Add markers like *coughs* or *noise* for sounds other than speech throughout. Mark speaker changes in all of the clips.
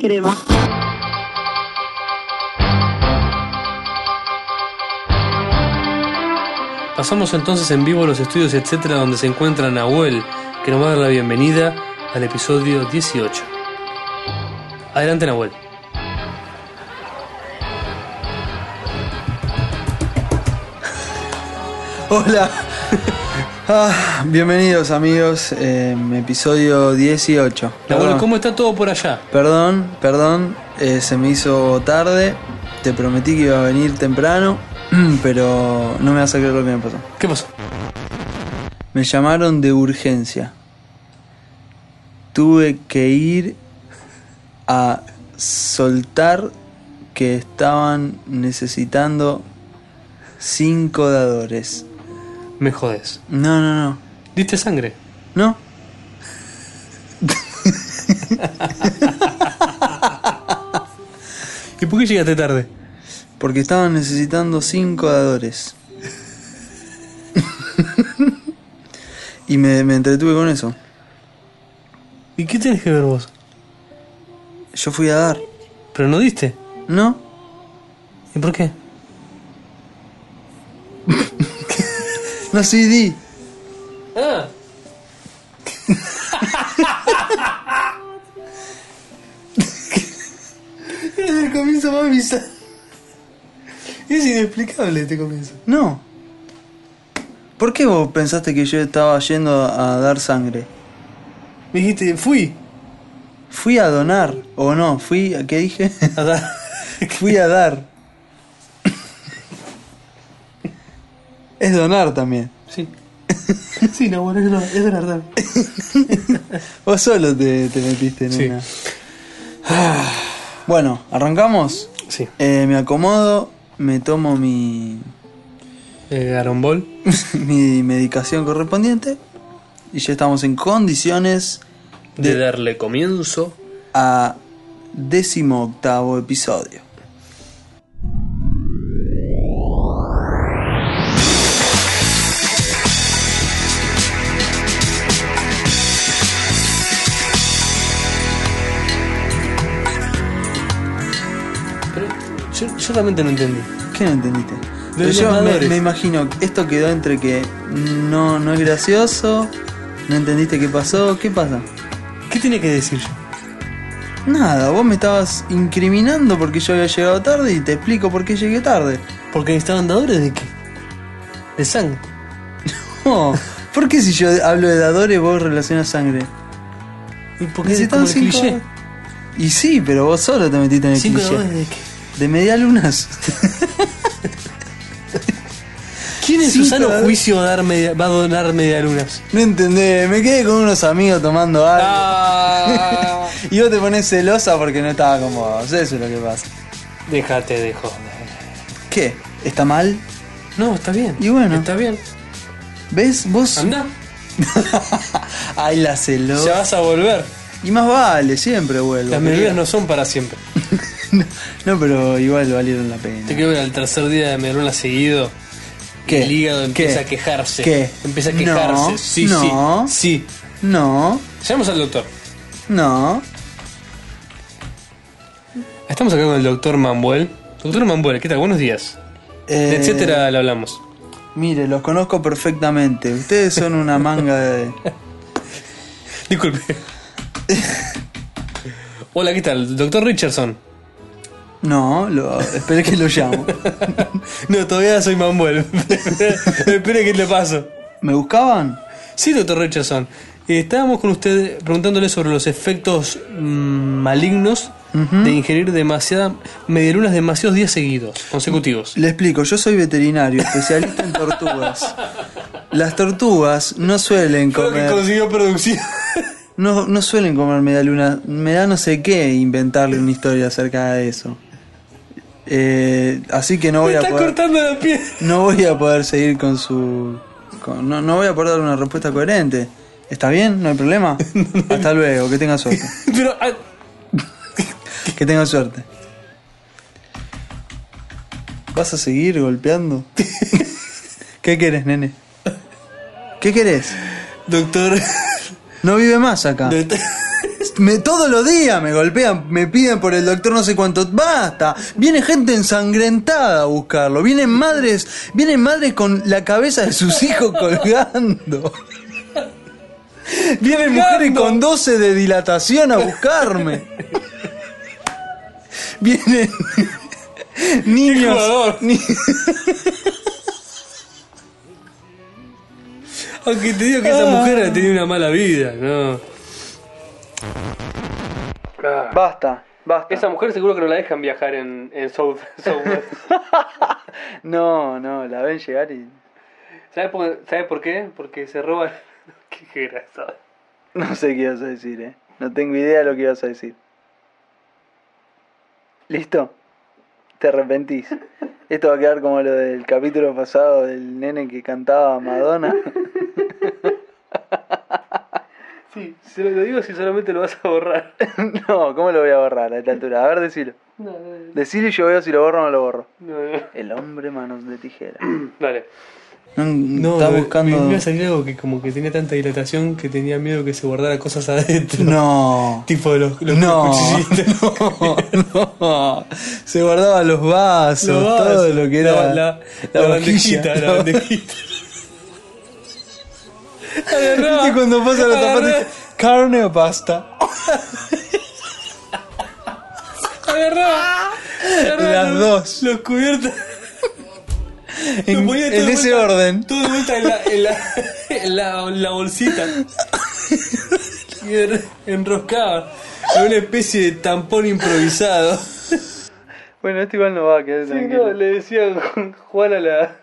Speaker 1: crema.
Speaker 2: Pasamos entonces en vivo a los estudios etcétera donde se encuentra Nahuel, que nos va a dar la bienvenida al episodio 18. Adelante Nahuel.
Speaker 3: Hola. *laughs* Ah, bienvenidos amigos, eh, episodio 18.
Speaker 2: Nahuel,
Speaker 3: Perdón,
Speaker 2: ¿cómo está todo por allá?
Speaker 3: perdón, perdón, eh, se me hizo tarde, te prometí que iba a venir temprano, *clears throat* pero no me vas a creer lo que me pasó.
Speaker 2: ¿Qué pasó?
Speaker 3: Me llamaron de urgencia. Tuve que ir a soltar que estaban necesitando cinco dadores.
Speaker 2: Me jodes.
Speaker 3: No, no, no.
Speaker 2: ¿Diste sangre?
Speaker 3: No.
Speaker 2: ¿Y por qué llegaste tarde?
Speaker 3: Porque estaban necesitando cinco dadores. *laughs* y me, me entretuve con eso.
Speaker 2: ¿Y qué tenés que ver vos?
Speaker 3: Yo fui a dar.
Speaker 2: ¿Pero no diste?
Speaker 3: ¿No?
Speaker 2: ¿Y por qué?
Speaker 3: No, sí, di.
Speaker 2: Ah.
Speaker 3: *laughs* Es el comienzo más bizarro.
Speaker 2: Es inexplicable este comienzo.
Speaker 3: No. ¿Por qué vos pensaste que yo estaba yendo a dar sangre?
Speaker 2: Me dijiste, fui.
Speaker 3: Fui a donar, o no, fui a qué dije? *laughs*
Speaker 2: A dar.
Speaker 3: fui a dar. es donar también.
Speaker 2: Sí. *laughs* sí, Nahuel, es, verdad, es verdad.
Speaker 3: Vos solo te, te metiste en
Speaker 2: Sí.
Speaker 3: una. Ah. Bueno, arrancamos.
Speaker 2: Sí.
Speaker 3: Eh, me acomodo, me tomo mi, *laughs*
Speaker 2: Eh, Arombol.
Speaker 3: mi medicación correspondiente y ya estamos en condiciones
Speaker 2: de darle comienzo.
Speaker 3: a décimo octavo episodio.
Speaker 2: Pero yo, yo realmente no entendí.
Speaker 3: ¿Qué no entendiste?
Speaker 2: De los
Speaker 3: yo me,
Speaker 2: nadadores.
Speaker 3: me imagino, esto quedó entre que no, no es gracioso, no entendiste qué pasó, ¿qué pasa?
Speaker 2: ¿Qué tenía que decir yo?
Speaker 3: Nada, vos me estabas incriminando porque yo había llegado tarde y te explico por qué llegué tarde.
Speaker 2: ¿Porque necesitaban dadores de qué? De sangre.
Speaker 3: No, ¿por qué si yo hablo de dadores vos relacionas sangre?
Speaker 2: ¿Y por qué es como el
Speaker 3: cinco
Speaker 2: cliché?
Speaker 3: Y sí, pero vos solo te metiste en el
Speaker 2: ¿Cinco
Speaker 3: cliché.
Speaker 2: dadores de qué?
Speaker 3: De media lunas. *laughs*
Speaker 2: ¿Quién en su
Speaker 3: Cinco
Speaker 2: sano
Speaker 3: dadores.
Speaker 2: juicio va a, dar media- va a donar medialunas?
Speaker 3: No entendés, me quedé con unos amigos tomando algo.
Speaker 2: Ah,
Speaker 3: *laughs* Y vos te pones celosa porque no estaba con vos. Eso es lo que pasa.
Speaker 2: Déjate de joder.
Speaker 3: ¿Qué? ¿Está mal?
Speaker 2: No, está bien.
Speaker 3: Y bueno.
Speaker 2: Está bien.
Speaker 3: ¿Ves? Vos.
Speaker 2: Anda.
Speaker 3: *laughs* Ay, la celosa.
Speaker 2: Ya vas a volver.
Speaker 3: Y más vale, siempre vuelvo.
Speaker 2: Las medialunas no son para siempre.
Speaker 3: No, pero igual valieron la pena.
Speaker 2: Te quiero ver al tercer día de medialunas seguido.
Speaker 3: ¿Qué?
Speaker 2: El hígado empieza
Speaker 3: ¿Qué?
Speaker 2: a quejarse.
Speaker 3: ¿Qué?
Speaker 2: Empieza a
Speaker 3: No,
Speaker 2: quejarse. sí,
Speaker 3: no.
Speaker 2: sí.
Speaker 3: No,
Speaker 2: Sí. Llamamos al doctor.
Speaker 3: no.
Speaker 2: Estamos acá con el doctor Mambuel. Doctor Mambuel, ¿qué tal? Buenos días.
Speaker 3: Eh,
Speaker 2: De etcétera le hablamos.
Speaker 3: Mire, los conozco perfectamente. Ustedes son una manga de.
Speaker 2: *laughs* Disculpe. Hola, ¿qué tal? Doctor Richardson.
Speaker 3: No, lo... esperé que lo llamo.
Speaker 2: No, todavía soy Mambuel. *laughs* Espere que le paso.
Speaker 3: ¿Me buscaban?
Speaker 2: Sí, doctor Richardson. Eh, Estábamos con usted preguntándole sobre los efectos mm, malignos de ingerir demasiada medialunas demasiados días seguidos, consecutivos.
Speaker 3: Le explico, yo soy veterinario, especialista en tortugas. Las tortugas no suelen
Speaker 2: Creo que
Speaker 3: comer.
Speaker 2: consiguió producir.
Speaker 3: No, no suelen comer medialuna. Me da no sé qué inventarle una historia acerca de eso. Eh, así que no
Speaker 2: Me
Speaker 3: *laughs* voy a
Speaker 2: está
Speaker 3: poder.
Speaker 2: cortando la piel. *laughs*
Speaker 3: No voy a poder seguir con su. con- no, no voy a poder dar una respuesta coherente. ¿Está bien? ¿No
Speaker 2: *laughs*
Speaker 3: hay problema? Hasta luego, que tenga suerte.
Speaker 2: Pero, ah,
Speaker 3: *laughs* Que tenga suerte. ¿Vas a seguir golpeando? *laughs* ¿Qué querés, nene? ¿Qué querés?
Speaker 2: doctor.
Speaker 3: No vive más acá.
Speaker 2: doctor- *laughs*
Speaker 3: me, todos los días me golpean, me piden por el doctor no sé cuánto. ¡Basta! Viene gente ensangrentada a buscarlo. Vienen madres, vienen madres con la cabeza de
Speaker 2: *laughs*
Speaker 3: sus hijos colgando. Vienen mujeres con 12 de dilatación
Speaker 2: *laughs*
Speaker 3: a buscarme. Vienen niños.
Speaker 2: jugador.
Speaker 3: ni-
Speaker 2: Aunque te digo que esa
Speaker 3: Ah.
Speaker 2: mujer ha tenido una mala vida, ¿no?
Speaker 3: Basta, basta.
Speaker 2: Esa mujer seguro que no la dejan viajar en, en South, Southwest.
Speaker 3: No, no, la ven llegar y.
Speaker 2: ¿Sabes por, sabes por qué? Porque se roban... *laughs* qué grasa.
Speaker 3: *laughs* No sé qué ibas a decir, eh. No tengo idea de lo que ibas a decir. ¿Listo? Te arrepentís. Esto va a quedar como lo del capítulo pasado del nene que cantaba Madonna.
Speaker 2: *laughs* Sí, se lo, lo digo si solamente lo vas a borrar.
Speaker 3: *laughs* No, ¿cómo lo voy a borrar a esta altura? A ver, decilo.
Speaker 2: No, no,
Speaker 3: Decilo y yo veo si lo borro o no lo borro.
Speaker 2: no.
Speaker 3: El hombre manos de tijera.
Speaker 2: Dale.
Speaker 3: No,
Speaker 2: me- eh, Me, iba a salir algo que como que tenía tanta dilatación que tenía miedo que se guardara cosas adentro.
Speaker 3: No.
Speaker 2: Tipo los, los
Speaker 3: No,
Speaker 2: cuchillitos.
Speaker 3: no, no. Se guardaba los vasos,
Speaker 2: Los vasos,
Speaker 3: *laughs* todo lo que
Speaker 2: la,
Speaker 3: era
Speaker 2: la, la
Speaker 3: vajilla,
Speaker 2: bandejita, la
Speaker 3: ¿no? *laughs*
Speaker 2: bandejita. Agarrá,
Speaker 3: ¿Viste cuando pasan los zapatos?
Speaker 2: agarrá,
Speaker 3: dice, Carne o pasta. Ah.
Speaker 2: Agarrá, agarrá
Speaker 3: Las
Speaker 2: los-
Speaker 3: dos.
Speaker 2: Los cubiertos.
Speaker 3: En,
Speaker 2: ponía todo
Speaker 3: en
Speaker 2: de
Speaker 3: ese
Speaker 2: vuelta.
Speaker 3: orden.
Speaker 2: Todo de vuelta en la, en la, en la, en la bolsita. Y en- enroscaba. En una especie de tampón improvisado.
Speaker 3: Bueno, esto igual no va a quedar tranquilo.
Speaker 2: le decían Juana la.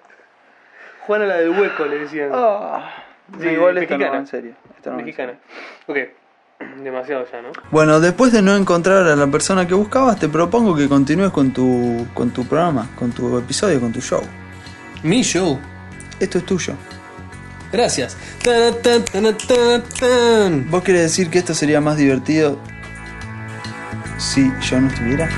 Speaker 2: Juana la del hueco, le decían.
Speaker 3: Ah.
Speaker 2: Sí,
Speaker 3: igual esto no va
Speaker 2: mexicana.
Speaker 3: en serio. Esto no va en
Speaker 2: Mexicana. Ok. Demasiado ya, ¿no?
Speaker 3: Bueno, después de no encontrar a la persona que buscabas, te propongo que continúes con tu, con tu programa, con tu episodio, con tu show.
Speaker 2: Mi show.
Speaker 3: Esto es tuyo.
Speaker 2: Gracias. Tan, tan, tan, tan, tan.
Speaker 3: ¿Vos querés decir que esto sería más divertido si yo no estuviera?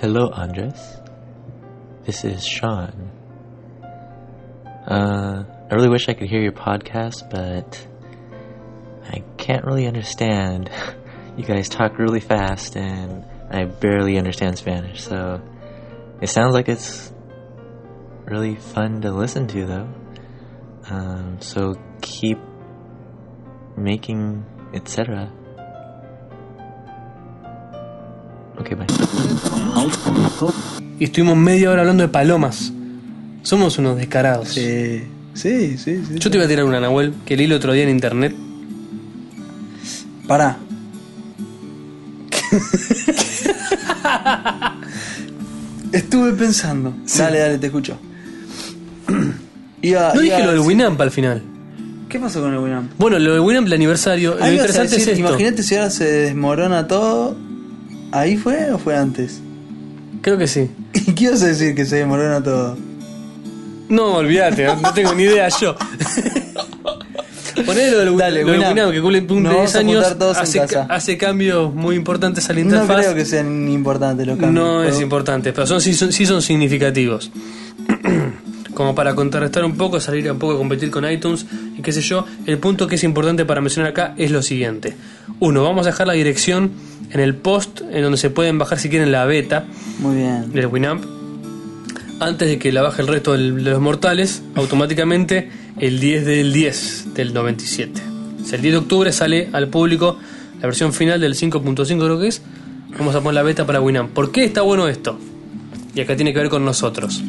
Speaker 1: Hello, Andres. This is Sean. Uh, I really wish I could hear your podcast, but I can't really understand. *laughs* You guys talk really fast, and I barely understand Spanish, so it sounds like it's really fun to listen to, though. Um, so keep making, etc. Okay, bye.
Speaker 2: Y estuvimos media hora hablando de palomas. Somos unos descarados.
Speaker 3: Sí, Eh, sí, sí. sí.
Speaker 2: Yo te iba a tirar una, Nahuel, que leí el otro día en internet. *laughs*
Speaker 3: Pará. Estuve pensando. Dale, dale,
Speaker 2: *clears throat*
Speaker 3: te escucho. Iba-
Speaker 2: No
Speaker 3: iba
Speaker 2: dije
Speaker 3: a
Speaker 2: lo del
Speaker 3: decir-
Speaker 2: Winamp al final.
Speaker 3: ¿Qué pasó con el Winamp?
Speaker 2: Bueno, lo del Winamp, el aniversario. Lo
Speaker 3: Ahí ibas a
Speaker 2: interesante
Speaker 3: decir,
Speaker 2: es esto.
Speaker 3: Imagínate si ahora se desmorona todo. ¿Ahí fue o fue antes? *laughs*
Speaker 2: Creo que sí.
Speaker 3: ¿Y qué ibas a decir que se desmorona todo?
Speaker 2: No, olvídate, no, no tengo ni idea
Speaker 3: *laughs*
Speaker 2: yo. Poné lo del,
Speaker 3: Dale,
Speaker 2: lo del
Speaker 3: Winamp.
Speaker 2: Winamp, que cumple cumple
Speaker 3: Nos
Speaker 2: 10
Speaker 3: vamos a
Speaker 2: años.
Speaker 3: juntar todos en
Speaker 2: Hace,
Speaker 3: casa.
Speaker 2: hace cambios muy importantes a la
Speaker 3: No
Speaker 2: interfaz.
Speaker 3: creo que sean importantes los cambios.
Speaker 2: No es
Speaker 3: pero-
Speaker 2: importante, pero son, sí, son, sí son significativos. *clears throat* Como para contrarrestar un poco, salir a un poco a competir con iTunes y qué sé yo, el punto que es importante para mencionar acá es lo siguiente. Uno, vamos a dejar la dirección en el post en donde se pueden bajar si quieren la beta
Speaker 3: Muy bien.
Speaker 2: del Winamp. Antes de que la baje el resto del- de los mortales, automáticamente el 10 del 10 del 97. O sea, el 10 de octubre sale al público la versión final del 5.5 creo que es. Vamos a poner la beta para Winamp. ¿Por qué está bueno esto? Y acá tiene que ver con nosotros.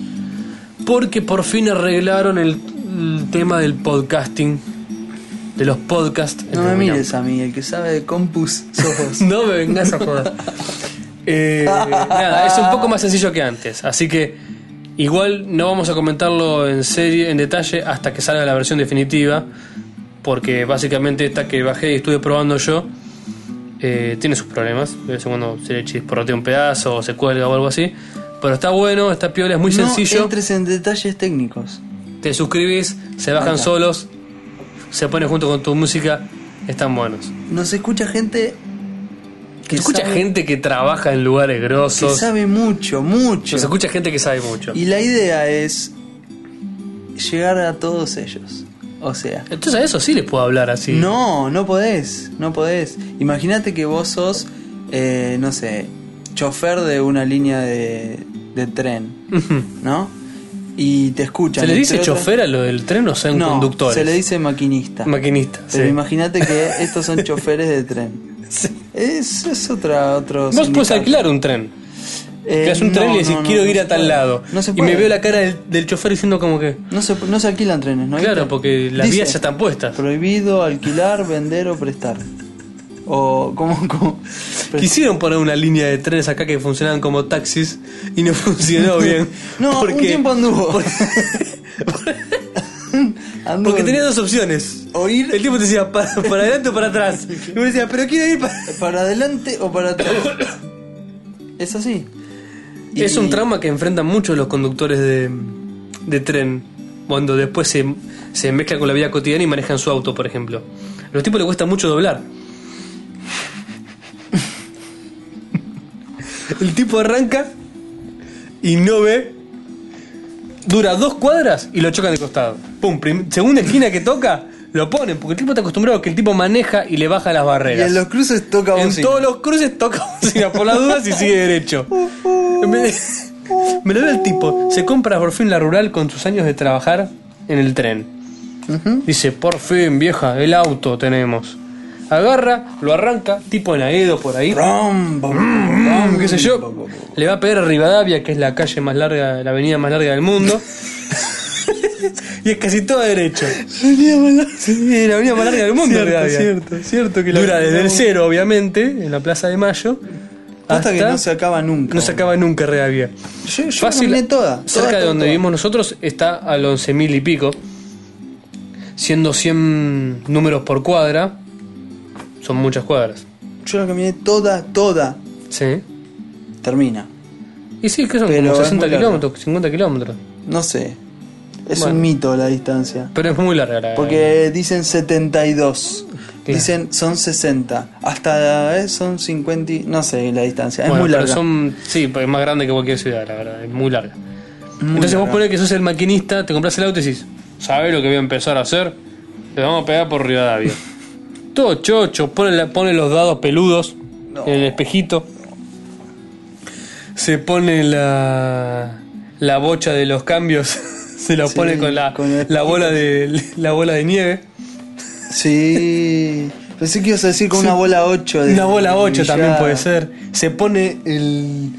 Speaker 2: Porque por fin arreglaron el, el tema del podcasting, de los podcasts. en
Speaker 3: No
Speaker 2: el
Speaker 3: me
Speaker 2: Winamp.
Speaker 3: mires a mí, el que sabe de compus sos
Speaker 2: *laughs*
Speaker 3: vos.
Speaker 2: No me vengas a joder. Eh, nada, es un poco más sencillo que antes. Así que igual no vamos a comentarlo en serie, en detalle, hasta que salga la versión definitiva. Porque básicamente esta que bajé y estuve probando yo eh, tiene sus problemas. De vez en cuando se le chisporrotea un pedazo o se cuelga o algo así. Pero está bueno, está piola, es muy
Speaker 3: No
Speaker 2: sencillo.
Speaker 3: entres en detalles técnicos.
Speaker 2: Te suscribís, se bajan
Speaker 3: Acá.
Speaker 2: solos, se ponen junto con tu música, están buenos.
Speaker 3: Nos escucha gente que
Speaker 2: escucha
Speaker 3: sabe-
Speaker 2: gente que trabaja en lugares
Speaker 3: que
Speaker 2: grosos.
Speaker 3: sabe mucho,
Speaker 2: Se
Speaker 3: mucho.
Speaker 2: escucha gente que sabe mucho.
Speaker 3: Y la idea es llegar a todos ellos. O sea,
Speaker 2: Entonces a eso sí les puedo hablar así. *laughs*
Speaker 3: no, no podés, no podés. Imagínate que vos sos, eh, no sé, chofer de una línea de, de tren, ¿no? Y te escuchan.
Speaker 2: Mm. ¿Se le dice
Speaker 3: entre otras-
Speaker 2: chofer a lo del tren o sean
Speaker 3: No,
Speaker 2: conductores?
Speaker 3: se le dice maquinista.
Speaker 2: maquinista.
Speaker 3: Pero
Speaker 2: sí.
Speaker 3: imagínate que estos
Speaker 2: *laughs*
Speaker 3: son choferes de tren.
Speaker 2: Sí.
Speaker 3: Es, es otra, otro.
Speaker 2: Vos puedes
Speaker 3: sindicato.
Speaker 2: alquilar un tren.
Speaker 3: Eh,
Speaker 2: Te das un
Speaker 3: no,
Speaker 2: tren y le decís
Speaker 3: no, no,
Speaker 2: quiero
Speaker 3: no
Speaker 2: ir
Speaker 3: se
Speaker 2: a tal
Speaker 3: puede.
Speaker 2: lado.
Speaker 3: No se
Speaker 2: y me
Speaker 3: puede.
Speaker 2: veo la cara del, del chofer diciendo como que.
Speaker 3: No se, no se alquilan trenes, ¿no?
Speaker 2: Claro,
Speaker 3: ¿Viste?
Speaker 2: porque las
Speaker 3: Dice,
Speaker 2: vías ya están puestas.
Speaker 3: Prohibido alquilar, vender o prestar. O, ¿cómo? cómo? Pre-
Speaker 2: Quisieron poner una línea de trenes acá que funcionaban como taxis y no *laughs* funcionó bien.
Speaker 3: *laughs* No,
Speaker 2: porque,
Speaker 3: un tiempo
Speaker 2: *laughs*
Speaker 3: anduvo. *laughs* Anduvo.
Speaker 2: Porque tenía dos opciones.
Speaker 3: O ir-
Speaker 2: El tipo te decía para, para adelante o para atrás. Y vos decías, pero quiero ir para.
Speaker 3: para adelante o
Speaker 2: *coughs*
Speaker 3: para atrás. es así. Y-
Speaker 2: Es un trauma que enfrentan muchos los conductores de, de tren cuando después se, se mezclan con la vida cotidiana y manejan su auto, por ejemplo. A los tipos les cuesta mucho doblar. El tipo arranca y no ve. Dura dos cuadras y lo chocan de costado. Pum, prim- segunda esquina que toca, lo ponen. Porque el tipo está acostumbrado a que el tipo maneja y le baja las
Speaker 3: Y
Speaker 2: barreras.
Speaker 3: en los cruces toca
Speaker 2: En
Speaker 3: bocina.
Speaker 2: todos los cruces toca *laughs* bocina por las dudas y sigue derecho. Me, *laughs* me lo veo el tipo. Se compra por fin la rural con sus años de trabajar en el tren. Dice, por fin, vieja, el auto tenemos. Agarra, lo arranca, tipo en Aedo por ahí.
Speaker 3: Rom, bom,
Speaker 2: Mm,
Speaker 3: bom,
Speaker 2: qué sé
Speaker 3: bom,
Speaker 2: yo.
Speaker 3: bom, bom.
Speaker 2: Le va a pegar a Rivadavia, que es la calle más larga, la avenida más larga del mundo. *laughs* y es casi todo derecho. Sí, la avenida más larga del mundo,
Speaker 3: Cierto,
Speaker 2: Rivadavia.
Speaker 3: cierto, cierto que la-
Speaker 2: Dura desde el cero, obviamente, en la Plaza de Mayo.
Speaker 3: Hasta que no se acaba nunca.
Speaker 2: No se acaba nunca Rivadavia.
Speaker 3: Yo, yo caminé toda. toda,
Speaker 2: Cerca de
Speaker 3: toda,
Speaker 2: donde
Speaker 3: toda.
Speaker 2: vivimos nosotros está al 11.000 y pico. Siendo 100 números por cuadra, son muchas cuadras.
Speaker 3: Yo la caminé toda, toda.
Speaker 2: Sí.
Speaker 3: Termina.
Speaker 2: Y sí, que son
Speaker 3: Pero
Speaker 2: como
Speaker 3: es
Speaker 2: 60
Speaker 3: muy larga.
Speaker 2: kilómetros, 50 kilómetros.
Speaker 3: No sé. Es
Speaker 2: Bueno.
Speaker 3: un mito la distancia.
Speaker 2: Pero es muy larga la
Speaker 3: Porque dicen 72.
Speaker 2: Claro.
Speaker 3: Dicen son 60. Hasta eh, son 50. y- No sé la distancia. Es
Speaker 2: Bueno,
Speaker 3: muy
Speaker 2: pero
Speaker 3: larga.
Speaker 2: son, sí, porque es más grande que cualquier ciudad, la verdad, es muy larga.
Speaker 3: Muy
Speaker 2: Entonces vos
Speaker 3: larga.
Speaker 2: ponés que sos el maquinista, te compras el auto y decís, ¿sabés lo que voy a empezar a hacer? Te vamos a pegar por
Speaker 3: *laughs*
Speaker 2: Rivadavia. Todo chocho, pone, la- pone los dados peludos en el espejito. Se pone la, la bocha de los cambios, *laughs* se lo
Speaker 3: Sí,
Speaker 2: pone con, la,
Speaker 3: con el
Speaker 2: la, bola de, la bola de nieve.
Speaker 3: Sí. Pensé que ibas a decir con una
Speaker 2: Sí.
Speaker 3: bola 8. de-
Speaker 2: Una bola
Speaker 3: de
Speaker 2: 8 también
Speaker 3: billar.
Speaker 2: puede ser. Se pone el-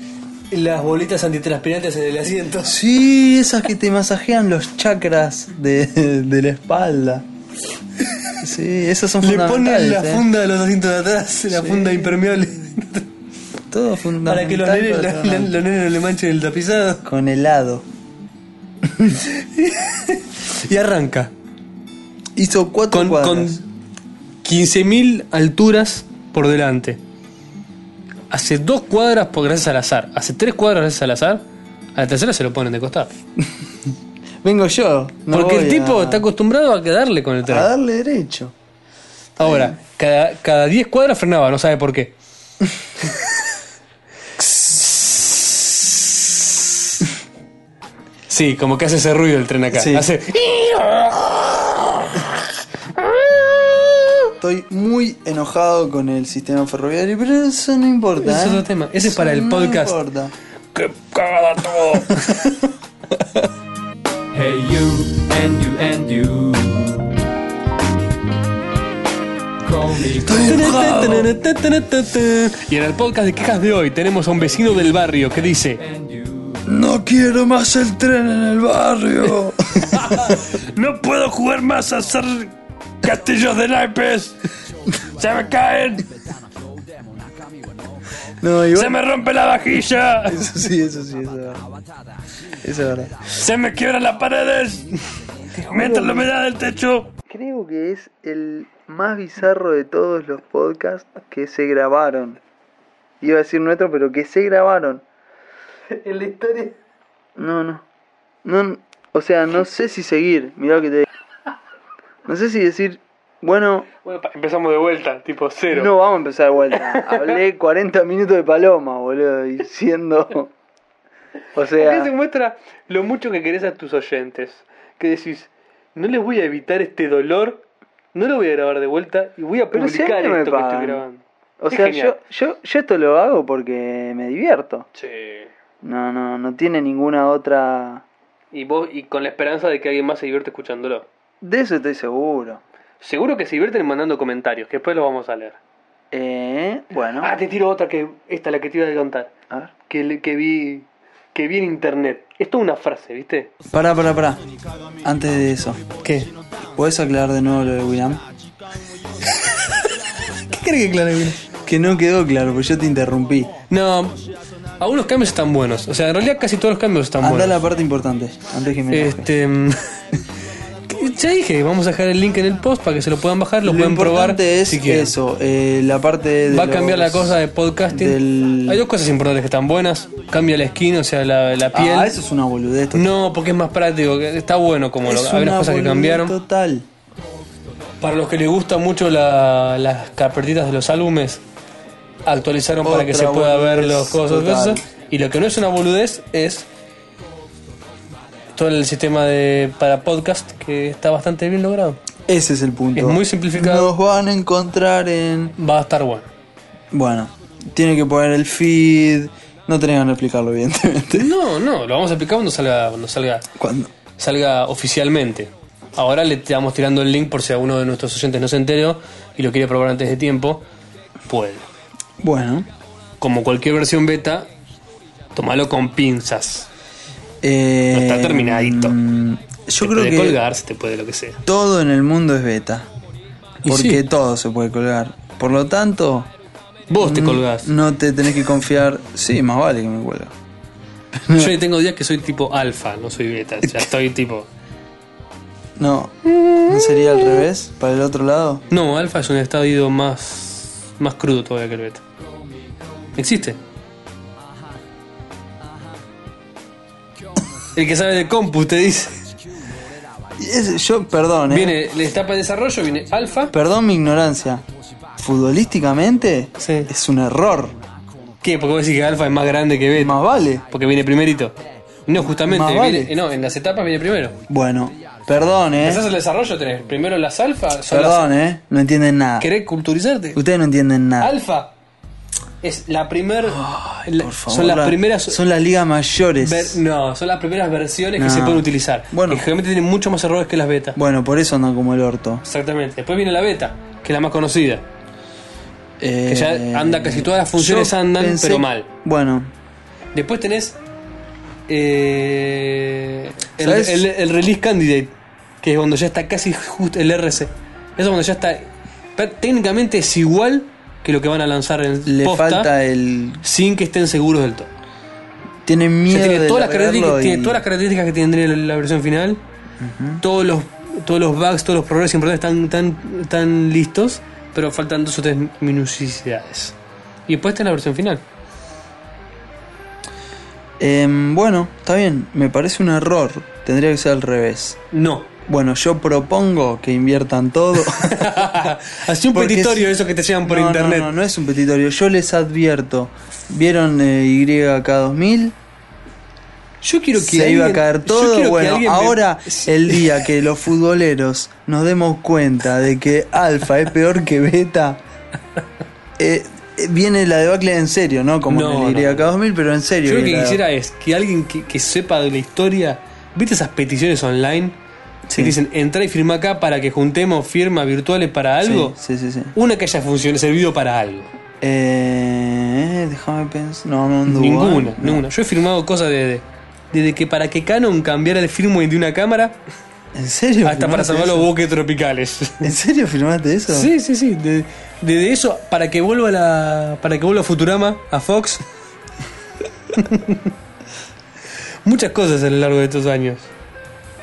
Speaker 2: las bolitas antitranspirantes en el asiento.
Speaker 3: Sí, esas que te masajean los chakras de, de la espalda. Sí, esas son
Speaker 2: Le
Speaker 3: fundamentales.
Speaker 2: ponen la
Speaker 3: eh.
Speaker 2: funda de los asientos de atrás, la
Speaker 3: Sí.
Speaker 2: funda impermeable.
Speaker 3: Todo
Speaker 2: Para
Speaker 3: fundamental.
Speaker 2: que los nenes,
Speaker 3: pero
Speaker 2: la-
Speaker 3: no.
Speaker 2: la- los nenes no le manchen el tapizado.
Speaker 3: Con helado.
Speaker 2: Y arranca.
Speaker 3: Hizo cuatro
Speaker 2: Con,
Speaker 3: cuadras.
Speaker 2: con 15.000 alturas por delante. Hace dos cuadras por gracias al azar. Hace tres cuadras gracias al azar. A la tercera se lo ponen de costado.
Speaker 3: Vengo yo. no
Speaker 2: Porque el
Speaker 3: voy
Speaker 2: tipo
Speaker 3: a-
Speaker 2: está acostumbrado a quedarle con el
Speaker 3: a
Speaker 2: tren.
Speaker 3: darle derecho.
Speaker 2: Ahora, cada, cada 10 cuadras frenaba, no sabe por qué. *laughs* Sí, como que hace ese ruido el tren acá.
Speaker 3: Sí.
Speaker 2: Hace.
Speaker 3: Estoy muy enojado con el sistema ferroviario, pero eso no importa.
Speaker 2: Ese es
Speaker 3: ¿eh?
Speaker 2: otro tema. Ese es para el podcast.
Speaker 3: No importa.
Speaker 2: ¡Qué cagada todo!
Speaker 4: Hey you and you and you. Call me.
Speaker 2: Y en el podcast de quejas de hoy tenemos a un vecino del barrio que dice:
Speaker 3: No quiero más el tren en el barrio.
Speaker 2: *laughs* No puedo jugar más a hacer castillos de naipes. Se me caen,
Speaker 3: no, igual.
Speaker 2: me rompe la vajilla.
Speaker 3: Eso *laughs* sí, eso sí, eso es verdad. Eso es verdad.
Speaker 2: Se me quiebran las paredes. Me entra la humedad del techo.
Speaker 3: Creo que es el más bizarro de todos los podcasts que se grabaron. Iba a decir nuestro,
Speaker 2: *laughs*
Speaker 3: pero que se grabaron. En la historia. No, no. No, no. O
Speaker 2: *laughs*
Speaker 3: sea, no sé si seguir. Mirá lo que te digo. No sé si decir, bueno,
Speaker 2: Bueno, pa- empezamos de vuelta, tipo cero.
Speaker 3: no vamos a empezar de vuelta.
Speaker 2: *laughs*
Speaker 3: Hablé 40 minutos de paloma, boludo, y siendo. O
Speaker 2: Acá se
Speaker 3: sea,
Speaker 2: muestra lo mucho que querés a tus oyentes. Que decís, no les voy a evitar este dolor, no lo voy a grabar de vuelta y voy a
Speaker 3: Pero si a mí
Speaker 2: publicar
Speaker 3: no me
Speaker 2: esto que estoy
Speaker 3: pagan.
Speaker 2: grabando.
Speaker 3: o
Speaker 2: es
Speaker 3: sea, yo,
Speaker 2: genial.
Speaker 3: yo, yo esto lo hago porque me divierto.
Speaker 2: Sí.
Speaker 3: No, no, no tiene ninguna otra.
Speaker 2: Y vos, y con la esperanza de que alguien más se divierte escuchándolo.
Speaker 3: De eso estoy seguro.
Speaker 2: Seguro que se divierten mandando comentarios, que después los vamos a leer.
Speaker 3: Eh, bueno,
Speaker 2: Ah, te tiro otra que esta es la que te iba a contar.
Speaker 3: a ver.
Speaker 2: Que, le- que vi que vi en internet. Esto es una frase, ¿viste?
Speaker 3: Pará, pará, pará. Antes de eso,
Speaker 2: ¿Qué?
Speaker 3: ¿puedes aclarar de nuevo lo de William?
Speaker 2: ¿Qué crees que claro
Speaker 3: Que no quedó claro, porque yo te interrumpí.
Speaker 2: Ah, No, algunos cambios están buenos. O sea, en realidad casi todos los cambios están
Speaker 3: Anda a
Speaker 2: buenos.
Speaker 3: la parte importante, antes que me enoje.
Speaker 2: Este. *laughs* mm, ya dije, vamos a dejar el link en el post para que se lo puedan bajar, lo,
Speaker 3: Lo
Speaker 2: pueden probar.
Speaker 3: importante es
Speaker 2: si quieren.
Speaker 3: eso, eh, la parte de
Speaker 2: Va a cambiar la
Speaker 3: los-
Speaker 2: cosa de podcasting.
Speaker 3: del-
Speaker 2: Hay dos cosas importantes que están buenas. Cambia la skin, o sea, la, la piel.
Speaker 3: Ah, eso es una boludez. total.
Speaker 2: No, porque es más práctico. que Está bueno como lo,
Speaker 3: Es
Speaker 2: hay unas
Speaker 3: una
Speaker 2: cosas que
Speaker 3: boludez
Speaker 2: cambiaron.
Speaker 3: Total.
Speaker 2: Para los que les gustan mucho la- las carpetitas de los álbumes, actualizaron para que
Speaker 3: Otra
Speaker 2: se pueda ver
Speaker 3: boludez
Speaker 2: los cosas.
Speaker 3: total.
Speaker 2: cosas. Y lo que no es una boludez es todo el sistema de para podcast que está bastante bien logrado.
Speaker 3: Ese es el punto.
Speaker 2: Es muy simplificado.
Speaker 3: Nos van a encontrar en.
Speaker 2: Va a estar bueno.
Speaker 3: Bueno, tiene que poner el feed. No tenés ganas de explicarlo, evidentemente. *laughs*
Speaker 2: No, no, lo vamos a explicar cuando salga, cuando salga,
Speaker 3: Cuando.
Speaker 2: salga oficialmente. Ahora le estamos tirando el link por si alguno de nuestros oyentes no se enteró y lo quiere probar antes de tiempo. Puede.
Speaker 3: Bueno,
Speaker 2: Como cualquier versión beta, tomalo con pinzas.
Speaker 3: eh,
Speaker 2: No está terminadito.
Speaker 3: mm, Yo
Speaker 2: te
Speaker 3: creo
Speaker 2: puede
Speaker 3: que
Speaker 2: Este, colgar, se te puede lo que sea.
Speaker 3: todo en el mundo es beta.
Speaker 2: Y
Speaker 3: Porque
Speaker 2: sí.
Speaker 3: todo se puede colgar. Por lo tanto,
Speaker 2: Vos te
Speaker 3: mm,
Speaker 2: colgás.
Speaker 3: No te tenés que confiar. Sí, más vale que me cuelga. mm.
Speaker 2: Yo tengo días que soy tipo alfa, no soy beta.
Speaker 3: *laughs*
Speaker 2: O sea, estoy tipo.
Speaker 3: No. ¿No sería al revés? ¿Para el otro lado?
Speaker 2: No, alfa es un estadio más, más crudo todavía que el beta. Existe. El que sabe de compu te dice.
Speaker 3: Y es- yo, perdón, ¿eh?
Speaker 2: Viene la etapa de desarrollo, viene alfa.
Speaker 3: Perdón mi ignorancia. Futbolísticamente
Speaker 2: Sí.
Speaker 3: es un error.
Speaker 2: ¿Qué? Porque vos decís que alfa es más grande que beta.
Speaker 3: Más vale.
Speaker 2: Porque viene primerito. No, justamente,
Speaker 3: Más vale. Eh.
Speaker 2: viene- no, en las etapas viene primero.
Speaker 3: Bueno, perdón, ¿eh?
Speaker 2: Empezás el desarrollo, tenés primero las alfa. son las-
Speaker 3: Perdón, ¿eh? No entienden nada.
Speaker 2: ¿Querés culturizarte?
Speaker 3: Ustedes no entienden nada.
Speaker 2: Alfa es la primer. la-
Speaker 3: Por favor,
Speaker 2: son las
Speaker 3: la-
Speaker 2: primeras.
Speaker 3: Son las ligas mayores.
Speaker 2: ver- no, son las primeras versiones que
Speaker 3: No.
Speaker 2: se pueden utilizar.
Speaker 3: Bueno.
Speaker 2: Que generalmente tienen muchos más errores que las betas.
Speaker 3: Bueno, por eso andan como el orto.
Speaker 2: Exactamente. Después viene la beta, que es la más conocida.
Speaker 3: Eh,
Speaker 2: Que ya anda casi todas las funciones
Speaker 3: yo
Speaker 2: andan,
Speaker 3: pensé-
Speaker 2: pero mal.
Speaker 3: Bueno,
Speaker 2: Después tenés. eh, el,
Speaker 3: ¿Sabes?
Speaker 2: el- el release candidate, que es cuando ya está casi justo el RC. Eso es cuando ya está. pr- Técnicamente es igual que lo que van a lanzar en
Speaker 3: le
Speaker 2: posta,
Speaker 3: falta el.
Speaker 2: sin que estén seguros del todo.
Speaker 3: Tienen
Speaker 2: O
Speaker 3: miedo
Speaker 2: sea, tiene,
Speaker 3: de
Speaker 2: todas las
Speaker 3: largarlo
Speaker 2: características,
Speaker 3: y-
Speaker 2: tiene todas las características que tendría la, la versión final. Todos los todos los bugs, todos los problemas importantes están, están, están listos, pero faltan dos o tres minuciosidades. Y después está la versión final.
Speaker 3: Em, bueno, está bien. Me parece un error. Tendría que ser al revés.
Speaker 2: No. *laughs*
Speaker 3: Bueno, yo propongo que inviertan todo.
Speaker 2: Así un
Speaker 3: Porque
Speaker 2: petitorio
Speaker 3: es-
Speaker 2: eso que te llegan por
Speaker 3: No, no,
Speaker 2: internet.
Speaker 3: No, no, es un petitorio. Yo les advierto. ¿Vieron eh, YK2000?
Speaker 2: Yo quiero que
Speaker 3: Se iba a
Speaker 2: alguien- yo
Speaker 3: caer
Speaker 2: quiero
Speaker 3: todo.
Speaker 2: que
Speaker 3: Bueno,
Speaker 2: alguien me-
Speaker 3: ahora el día que los futboleros nos demos cuenta de que Alfa es peor que Beta, eh, eh, viene la debacle en serio, ¿no? Como
Speaker 2: No,
Speaker 3: en el YK2000, pero en serio.
Speaker 2: Yo lo que
Speaker 3: la-
Speaker 2: quisiera es que alguien que, que sepa de la historia, ¿viste esas peticiones online?
Speaker 3: Sí.
Speaker 2: Que dicen, entra y firma acá para que juntemos firmas virtuales para
Speaker 3: Sí,
Speaker 2: algo.
Speaker 3: Sí, sí, sí.
Speaker 2: Una que haya funcionado, servido para algo.
Speaker 3: Eh, déjame pensar. No, no, no.
Speaker 2: Ninguna,
Speaker 3: no.
Speaker 2: ninguna. Yo he firmado cosas desde, desde que para que Canon cambiara el firmware de una cámara
Speaker 3: ¿En serio?
Speaker 2: hasta Ah, para
Speaker 3: filmaste
Speaker 2: salvar los
Speaker 3: eso?
Speaker 2: bosques tropicales.
Speaker 3: ¿En serio filmaste eso?
Speaker 2: Sí, sí, sí. de- Desde eso, para que vuelva la. para que vuelva Futurama a Fox. *laughs* Muchas cosas a lo largo de estos años.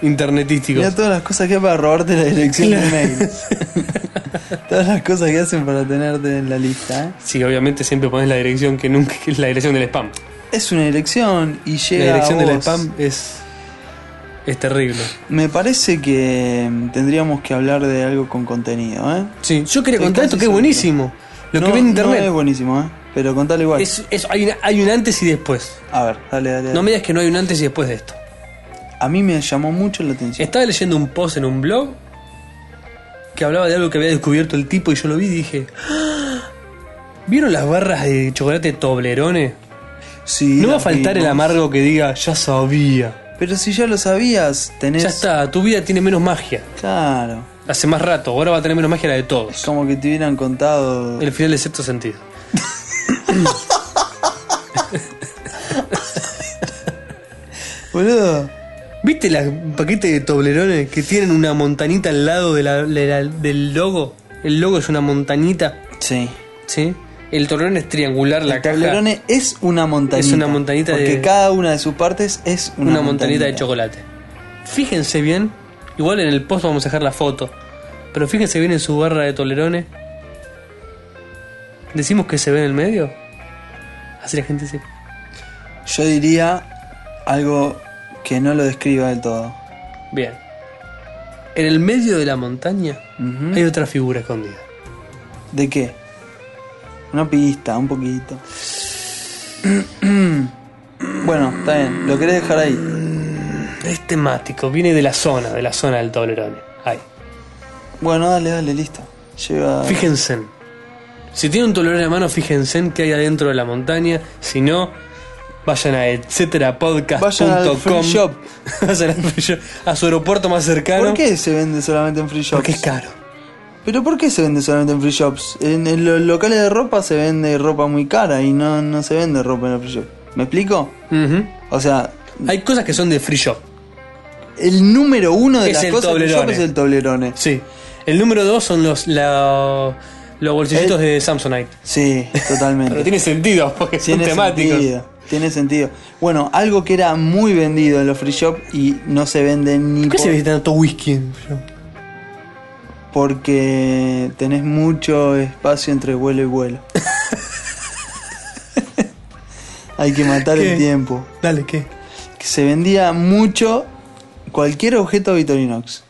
Speaker 2: Internetísticos.
Speaker 3: Mira todas las cosas que hay para robarte la dirección de
Speaker 2: *laughs*
Speaker 3: mail. todas las cosas que hacen para tenerte en la lista. ¿eh?
Speaker 2: Sí, obviamente siempre pones la dirección que nunca. *laughs* que es la dirección del spam.
Speaker 3: Es una dirección y llega.
Speaker 2: La dirección
Speaker 3: a
Speaker 2: del
Speaker 3: vos.
Speaker 2: spam es. es terrible.
Speaker 3: Me parece que mm, tendríamos que hablar de algo con contenido, ¿eh?
Speaker 2: Sí, yo quería
Speaker 3: Estoy
Speaker 2: contar
Speaker 3: casi
Speaker 2: esto que es
Speaker 3: seguro.
Speaker 2: buenísimo. Lo
Speaker 3: No-
Speaker 2: que ve en
Speaker 3: No
Speaker 2: internet.
Speaker 3: es buenísimo, ¿eh? Pero contalo igual.
Speaker 2: es, es- hay, una- hay un antes y después.
Speaker 3: A ver, dale, dale. dale.
Speaker 2: No me digas que no hay un antes y después de esto.
Speaker 3: A mí me llamó mucho la atención.
Speaker 2: Estaba leyendo un post en un blog que hablaba de algo que había descubierto el tipo y yo lo vi y dije. "Ah, ¿Vieron las barras de chocolate Toblerone?
Speaker 3: Sí,
Speaker 2: No va a
Speaker 3: las
Speaker 2: faltar el
Speaker 3: vimos.
Speaker 2: amargo que diga, ya sabía.
Speaker 3: Pero si ya lo sabías, tenés.
Speaker 2: Ya está, tu vida tiene menos magia.
Speaker 3: Claro.
Speaker 2: Hace más rato, ahora va a tener menos magia la de
Speaker 3: Es
Speaker 2: todos.
Speaker 3: como que te hubieran contado.
Speaker 2: El final de sexto sentido.
Speaker 3: Boludo.
Speaker 2: ¿Viste las paquetes de Toblerones que tienen una montanita al lado de la- de la- del logo? El logo es una montanita,
Speaker 3: Sí.
Speaker 2: ¿sí? El Toblerone es triangular, la
Speaker 3: el
Speaker 2: caja,
Speaker 3: tablerone es una montañita.
Speaker 2: Es una montañita
Speaker 3: Porque
Speaker 2: de-
Speaker 3: cada una de sus partes es una,
Speaker 2: una, montanita de chocolate. Fíjense bien, igual en el post vamos a dejar la foto, pero fíjense bien en su barra de Toblerone. Decimos que se ve en el medio. Así la gente se...
Speaker 3: Yo diría algo que no lo describa del todo.
Speaker 2: Bien. En el medio de la montaña
Speaker 3: Ujú.
Speaker 2: hay otra figura escondida.
Speaker 3: ¿De qué? Una pista, un poquito. *clears throat* bueno, está bien. Lo querés dejar ahí.
Speaker 2: Es temático, viene de la zona, de la zona del Toblerone. Ahí.
Speaker 3: Bueno, dale, dale, listo. Lleva.
Speaker 2: Fíjense. Si tiene un Toblerone a mano, fíjense en qué hay adentro de la montaña. Si no, vayan a etcéterapodcast.com.
Speaker 3: Vayan al free shop.
Speaker 2: *laughs* Vayan al free shop, a su aeropuerto más cercano.
Speaker 3: ¿Por qué se vende solamente en free shops?
Speaker 2: Porque es caro.
Speaker 3: ¿Pero por qué se vende solamente en free shops? En, en los locales de ropa se vende ropa muy cara y no, no se vende ropa en los free shops. ¿Me explico?
Speaker 2: Ujú.
Speaker 3: O sea,
Speaker 2: Hay cosas que son de free shop.
Speaker 3: el número uno de
Speaker 2: Es
Speaker 3: las
Speaker 2: el
Speaker 3: cosas en free shop
Speaker 2: Toblerone.
Speaker 3: es el toblerone.
Speaker 2: Sí. El número dos son los, la- los bolsillitos de Samsonite.
Speaker 3: Sí,
Speaker 2: *laughs* Pero
Speaker 3: totalmente.
Speaker 2: tiene sentido, porque son temáticos.
Speaker 3: sentido. Tiene sentido. Bueno, algo que era muy vendido en los free shop y no se vende ni
Speaker 2: ¿Por qué
Speaker 3: por-
Speaker 2: se viste tanto whisky? en free shop?
Speaker 3: porque tenés mucho espacio entre vuelo
Speaker 2: *laughs*
Speaker 3: y vuelo. Hay que matar
Speaker 2: ¿Qué?
Speaker 3: el tiempo.
Speaker 2: Dale, ¿qué?
Speaker 3: que se vendía mucho cualquier objeto Vitorinox.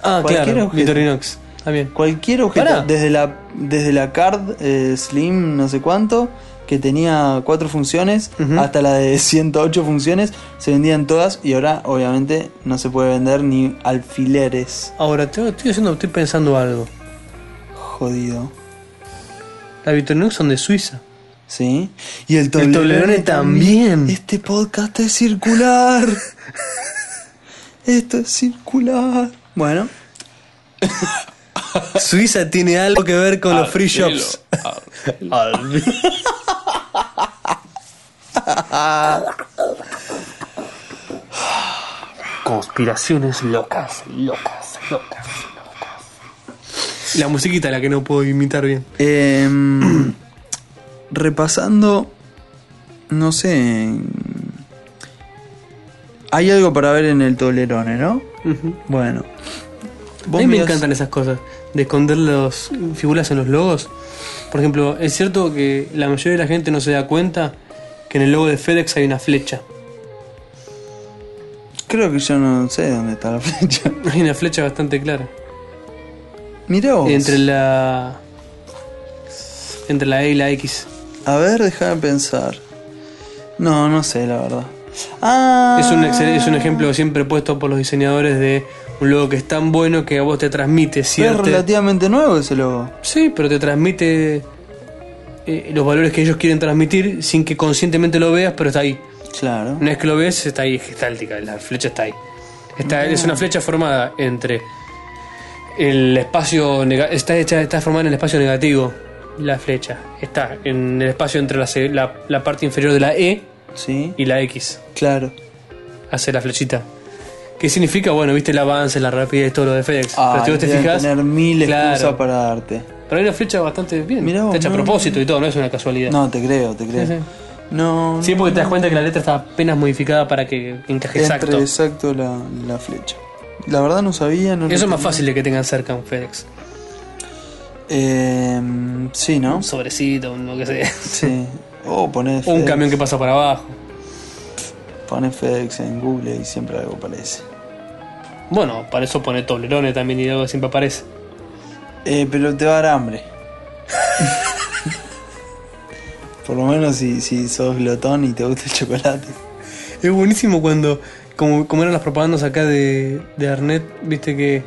Speaker 2: Ah,
Speaker 3: Cualquier
Speaker 2: claro,
Speaker 3: objeto.
Speaker 2: Vitorinox. Ah, bien.
Speaker 3: Cualquier objeto,
Speaker 2: Pará.
Speaker 3: desde la desde la card eh, Slim no sé cuánto, que tenía cuatro funciones,
Speaker 2: Ujú.
Speaker 3: hasta la de *laughs* 108 funciones, se vendían todas y ahora obviamente no se puede vender ni alfileres.
Speaker 2: Ahora, te- estoy, haciendo- estoy pensando algo.
Speaker 3: Jodido.
Speaker 2: Las Vitorinox son de Suiza.
Speaker 3: ¿Sí? Y el
Speaker 2: Toblerone también.
Speaker 3: Este podcast
Speaker 2: *laughs*
Speaker 3: es circular. Esto es circular. Bueno,
Speaker 2: Suiza tiene algo que ver con los free shops. Conspiraciones locas, locas, locas, locas. *laughs* La musiquita la que no puedo imitar bien.
Speaker 3: Em, *clears throat* repasando, no sé. Hay algo para ver en el Toblerone, ¿no? Bueno.
Speaker 2: A
Speaker 3: Vos
Speaker 2: mí me
Speaker 3: mirás-
Speaker 2: encantan esas cosas, de esconder las figuras en los logos. Por ejemplo, es cierto que la mayoría de la gente no se da cuenta que en el logo de FedEx hay una flecha. *laughs*
Speaker 3: Creo que yo no sé dónde está la *laughs* flecha.
Speaker 2: Hay una flecha bastante clara.
Speaker 3: Mirá vos.
Speaker 2: Entre la. Entre la E y la X.
Speaker 3: A ver, déjame pensar. No, no sé, la verdad. Ah,
Speaker 2: Es un, excel- es un ejemplo siempre puesto por los diseñadores de un logo que es tan bueno que a vos te transmite
Speaker 3: Es
Speaker 2: cierto.
Speaker 3: relativamente nuevo ese logo.
Speaker 2: Sí, pero te transmite eh, los valores que ellos quieren transmitir sin que conscientemente lo veas, pero está ahí.
Speaker 3: Claro.
Speaker 2: Una vez que lo ves, está ahí, es gestáltica, la flecha está ahí. Está, Es una flecha formada entre el espacio. nega- Está, hecha, está formada en el espacio negativo, la flecha. Está en el espacio entre la, ce- la- la parte inferior de la E
Speaker 3: Sí,
Speaker 2: y la X.
Speaker 3: claro.
Speaker 2: Hace la flechita. ¿Qué significa? Bueno, viste el avance, la rapidez, todo lo de FedEx.
Speaker 3: Ah,
Speaker 2: pero si vos te
Speaker 3: deben
Speaker 2: fijas.
Speaker 3: tener mil
Speaker 2: claro,
Speaker 3: excusas para darte.
Speaker 2: Pero hay una flecha bastante bien.
Speaker 3: Mirá vos,
Speaker 2: está hecha
Speaker 3: no,
Speaker 2: a propósito y todo, no es una casualidad.
Speaker 3: No, te creo, te creo.
Speaker 2: Sí, sí.
Speaker 3: No.
Speaker 2: Sí,
Speaker 3: no,
Speaker 2: porque te das cuenta que la letra está apenas modificada para que encaje exacto.
Speaker 3: Entre exacto la, la flecha. La verdad no sabía. No lo
Speaker 2: Eso es más
Speaker 3: tenía.
Speaker 2: fácil de que tengan cerca un FedEx.
Speaker 3: Eh, sí, ¿no?
Speaker 2: Un sobrecito, un lo que sea.
Speaker 3: Sí. Oh, O poner
Speaker 2: O un camión que pasa para abajo.
Speaker 3: Pones FedEx en Google y siempre algo aparece.
Speaker 2: Bueno, para eso pone Toblerone también y algo que siempre aparece.
Speaker 3: Eh, pero te va a
Speaker 2: *laughs*
Speaker 3: dar hambre. Por lo menos si, si sos glotón y te gusta
Speaker 2: *laughs*
Speaker 3: el chocolate.
Speaker 2: Es buenísimo cuando, como, como eran las propagandas acá de, de Arnet, viste que,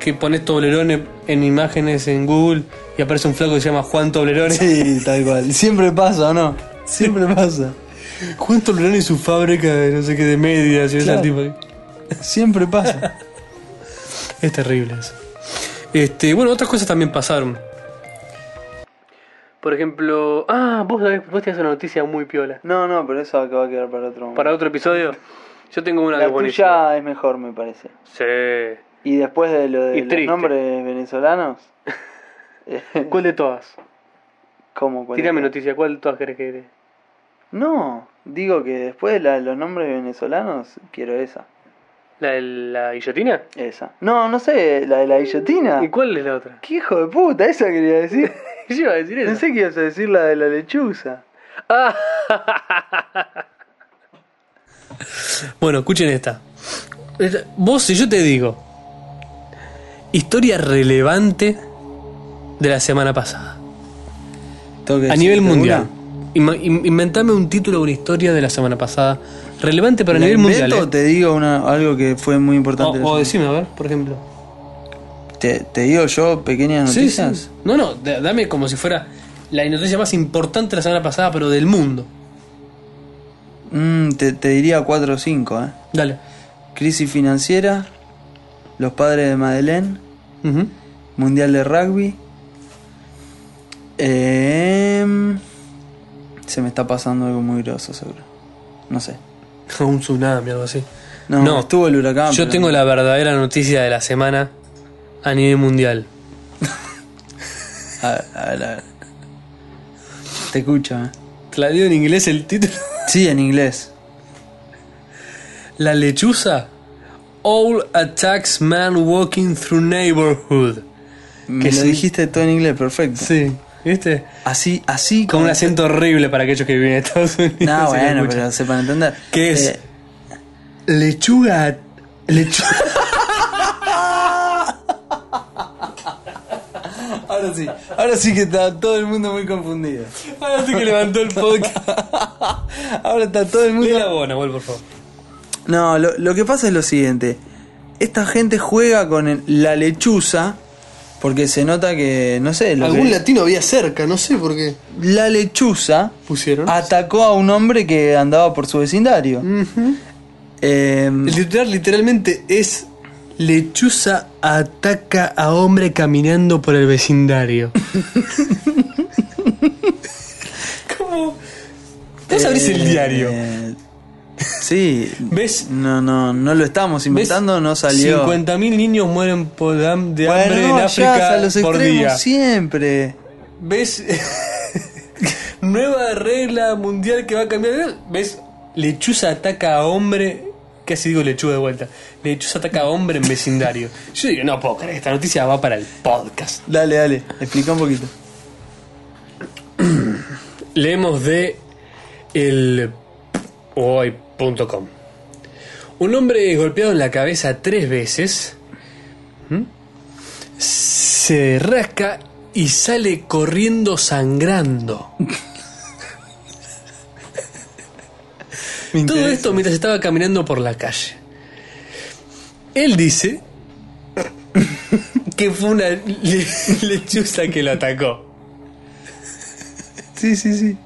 Speaker 2: que pones Toblerone en imágenes en Google y aparece un flaco que se llama Juan Toblerone.
Speaker 3: Sí, tal cual. Siempre pasa, ¿o no? Siempre pasa.
Speaker 2: Juan Toblerone y su fábrica de no sé qué, de medias y
Speaker 3: Claro.
Speaker 2: ese tipo. de- *laughs*
Speaker 3: Siempre pasa.
Speaker 2: Es terrible eso. Este, bueno, otras cosas también pasaron. Por ejemplo. Ah, vos, sabés- vos tenés una noticia muy piola.
Speaker 3: No, no, pero eso va a quedar para otro momento.
Speaker 2: Para otro episodio, yo tengo una de
Speaker 3: la
Speaker 2: buenísima.
Speaker 3: tuya es mejor, me parece.
Speaker 2: Sí.
Speaker 3: Y después de lo
Speaker 2: Y
Speaker 3: de los
Speaker 2: triste. *laughs*
Speaker 3: nombres venezolanos, eh,
Speaker 2: ¿Cuál de todas?
Speaker 3: ¿cómo cuál
Speaker 2: Tirame
Speaker 3: era?
Speaker 2: noticia, ¿cuál de todas querés que dé?
Speaker 3: No, digo que después de la de los nombres venezolanos, quiero esa.
Speaker 2: ¿La de la guillotina?
Speaker 3: Esa. No, no sé, la de la guillotina.
Speaker 2: ¿Y cuál es la otra?
Speaker 3: ¿Qué hijo de puta? Esa
Speaker 2: *laughs*
Speaker 3: quería decir.
Speaker 2: Yo iba a decir eso.
Speaker 3: Pensé que ibas a decir la de la lechuza.
Speaker 2: Bueno, escuchen esta. Esta- Vos, si yo te digo. Historia relevante de la semana pasada. A nivel mundial. Ima- in- Inventame un título o una historia de la semana pasada. Relevante, pero a nivel mundial. ¿eh?
Speaker 3: te digo una, algo que fue muy
Speaker 2: O,
Speaker 3: importante.
Speaker 2: o decime, a ver, por ejemplo.
Speaker 3: te, te digo yo pequeñas
Speaker 2: Sí,
Speaker 3: noticias.
Speaker 2: sí. No, no, da- dame como si fuera la noticia más importante de la semana pasada, pero del mundo.
Speaker 3: Mm, te, te diría 4 o 5. Eh.
Speaker 2: Dale.
Speaker 3: Crisis financiera, los padres de Madeleine,
Speaker 2: Ujú.
Speaker 3: Mundial de Rugby. Em, se me está pasando algo muy groso, seguro. No sé.
Speaker 2: *laughs* Un tsunami, algo así.
Speaker 3: No,
Speaker 2: No,
Speaker 3: estuvo el huracán.
Speaker 2: Yo
Speaker 3: pero
Speaker 2: tengo
Speaker 3: no.
Speaker 2: la verdadera noticia de la semana a nivel mundial.
Speaker 3: A ver, a ver, a ver. Te escucho, eh.
Speaker 2: Te la digo en inglés el título. *laughs*
Speaker 3: Sí, en inglés.
Speaker 2: La lechuza. All attacks man walking through neighborhood.
Speaker 3: Me
Speaker 2: Que
Speaker 3: lo
Speaker 2: sí.
Speaker 3: dijiste todo en inglés, perfecto.
Speaker 2: Sí, ¿viste?
Speaker 3: Así, así
Speaker 2: Con un
Speaker 3: como-
Speaker 2: acento horrible para aquellos que viven en Estados Unidos. y *laughs*
Speaker 3: No,
Speaker 2: lo
Speaker 3: bueno,
Speaker 2: escuchan.
Speaker 3: pero sepan entender.
Speaker 2: ¿Qué es?
Speaker 3: Eh,
Speaker 2: Lechuga. *laughs* Lechuga.
Speaker 3: ahora sí, ahora sí que está todo el mundo muy confundido.
Speaker 2: Ahora sí que levantó el podcast.
Speaker 3: *laughs* Ahora está todo el mundo.
Speaker 2: Muy la buena, por favor.
Speaker 3: No, lo, lo que pasa es lo siguiente. Esta gente juega con el- la lechuza porque se nota que, no sé, lo que-
Speaker 2: latino había cerca, no sé por qué.
Speaker 3: la lechuza
Speaker 2: Pusieron.
Speaker 3: atacó a un hombre que andaba por su vecindario. Em,
Speaker 2: El titular literalmente es Lechuza ataca a hombre caminando por el vecindario. *laughs* ¿Cómo? Vos abrís el
Speaker 3: eh,
Speaker 2: diario.
Speaker 3: Sí.
Speaker 2: *laughs* ¿Ves?
Speaker 3: No, no, no lo estamos inventando, no salió.
Speaker 2: 50.000 niños mueren por ham- de
Speaker 3: Bueno,
Speaker 2: hambre en
Speaker 3: vayas
Speaker 2: África
Speaker 3: a los
Speaker 2: por
Speaker 3: extremos
Speaker 2: día.
Speaker 3: siempre.
Speaker 2: ¿Ves? *laughs* Nueva regla mundial que va a cambiar. ¿Ves? Lechuza ataca a hombre. Casi digo lechuga de vuelta. Lechuza ataca a hombre en vecindario. Yo digo, no puedo creer, esta noticia va para el podcast.
Speaker 3: Dale, dale, explica un poquito.
Speaker 2: Leemos de el hoy.com. Un hombre golpeado en la cabeza tres veces ¿m? se rasca y sale corriendo sangrando.
Speaker 3: Me
Speaker 2: Todo
Speaker 3: interesa.
Speaker 2: esto mientras estaba caminando por la calle. Él dice que fue una le- lechuza que lo atacó.
Speaker 3: Sí, sí, sí.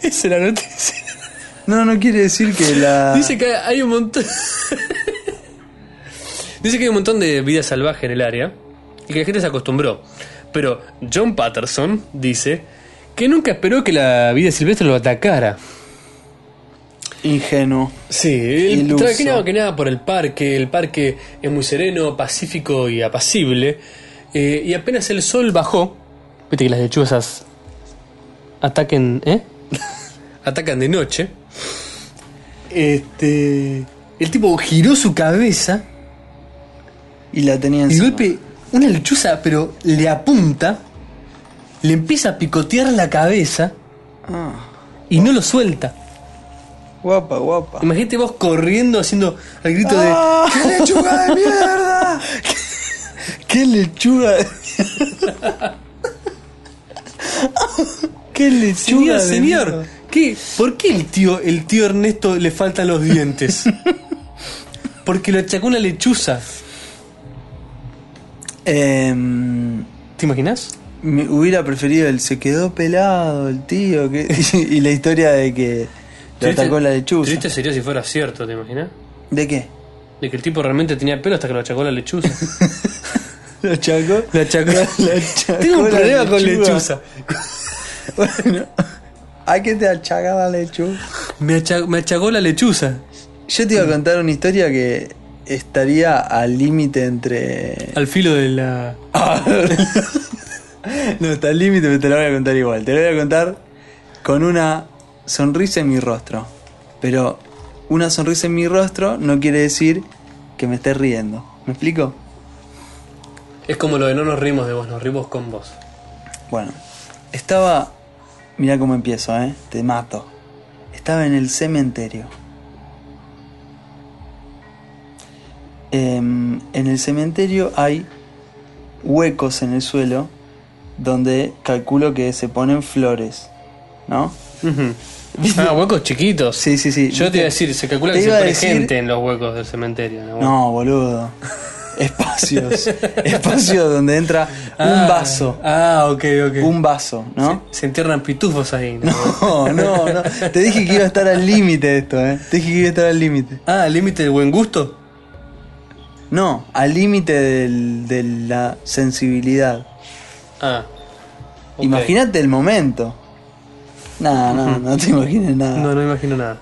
Speaker 2: Esa es la noticia.
Speaker 3: No, no quiere decir que la.
Speaker 2: Dice que hay un montón. Dice que hay un montón de vida salvaje en el área y que la gente se acostumbró. Pero John Patterson dice que nunca esperó que la vida silvestre lo atacara.
Speaker 3: Ingenuo.
Speaker 2: Sí, él
Speaker 3: Iluso.
Speaker 2: traqueaba que nada por el parque. El parque es muy sereno, pacífico y apacible. Eh, y apenas el sol bajó. Viste que las lechuzas ataquen. ¿Eh? *laughs* Atacan de noche. Este. El tipo giró su cabeza
Speaker 3: Y la tenía
Speaker 2: y de
Speaker 3: encima.
Speaker 2: golpe una lechuza, pero le apunta, le empieza a picotear la cabeza
Speaker 3: Ah,
Speaker 2: y no lo suelta.
Speaker 3: Guapa, guapa.
Speaker 2: Imagínate vos corriendo haciendo el grito
Speaker 3: ¡Ah! ¡Qué lechuga de mierda! ¡Qué lechuga de ¡Qué
Speaker 2: de. Señor,
Speaker 3: lechuga de
Speaker 2: señor,
Speaker 3: mierda!
Speaker 2: ¿qué? ¿por qué el tío, el tío Ernesto le faltan los *laughs* dientes? Porque lo achacó una lechuza.
Speaker 3: Em,
Speaker 2: ¿Te imaginas?
Speaker 3: me hubiera preferido el se quedó pelado, el tío, que, *laughs* y la historia de que lo atacó la lechuza.
Speaker 2: Triste sería si fuera cierto, ¿te imaginas?
Speaker 3: ¿De qué?
Speaker 2: De que el tipo realmente tenía pelo hasta que lo achacó la lechuza.
Speaker 3: *laughs* ¿Lo *laughs* achacó?
Speaker 2: Lo achacó.
Speaker 3: Lo achacó
Speaker 2: *laughs* Tengo un
Speaker 3: la
Speaker 2: problema con lechuza.
Speaker 3: *laughs* Bueno, hay que te achaca la lechuza.
Speaker 2: Me, acha- me achacó la lechuza.
Speaker 3: Yo te iba a contar una historia que estaría al
Speaker 2: *laughs*
Speaker 3: límite entre.
Speaker 2: Al filo de la.
Speaker 3: no, está al límite, pero te la voy a contar igual. Te la voy a contar con una sonrisa en mi rostro. Pero una sonrisa en mi rostro no quiere decir que me esté riendo. ¿Me explico?
Speaker 2: Es como lo de no nos rimos de vos, nos rimos con vos.
Speaker 3: Bueno, estaba. Mirá cómo empiezo, ¿eh? Te mato. Estaba en el cementerio. Em, en el cementerio hay huecos en el suelo donde calculo que se ponen flores, ¿no?
Speaker 2: Ah, huecos chiquitos.
Speaker 3: Sí, sí, sí.
Speaker 2: Yo te iba a decir, se calcula que se
Speaker 3: iba a
Speaker 2: pone
Speaker 3: decir-
Speaker 2: gente en los huecos del cementerio. ¿no?
Speaker 3: *laughs* No, boludo.
Speaker 2: *laughs*
Speaker 3: Espacios. Espacios donde entra
Speaker 2: Ah,
Speaker 3: un vaso.
Speaker 2: Ah, ok, ok.
Speaker 3: Un vaso, ¿no?
Speaker 2: Se entierran pitufos ahí. ¿no?
Speaker 3: No, no, no. Te dije que iba a estar al límite de esto, ¿eh? Te dije que iba a estar al límite.
Speaker 2: Ah, límite del buen gusto.
Speaker 3: No, al límite del- de la sensibilidad.
Speaker 2: Ah. ok.
Speaker 3: Imagínate el momento. No, no, no te imagines nada.
Speaker 2: No, no imagino nada.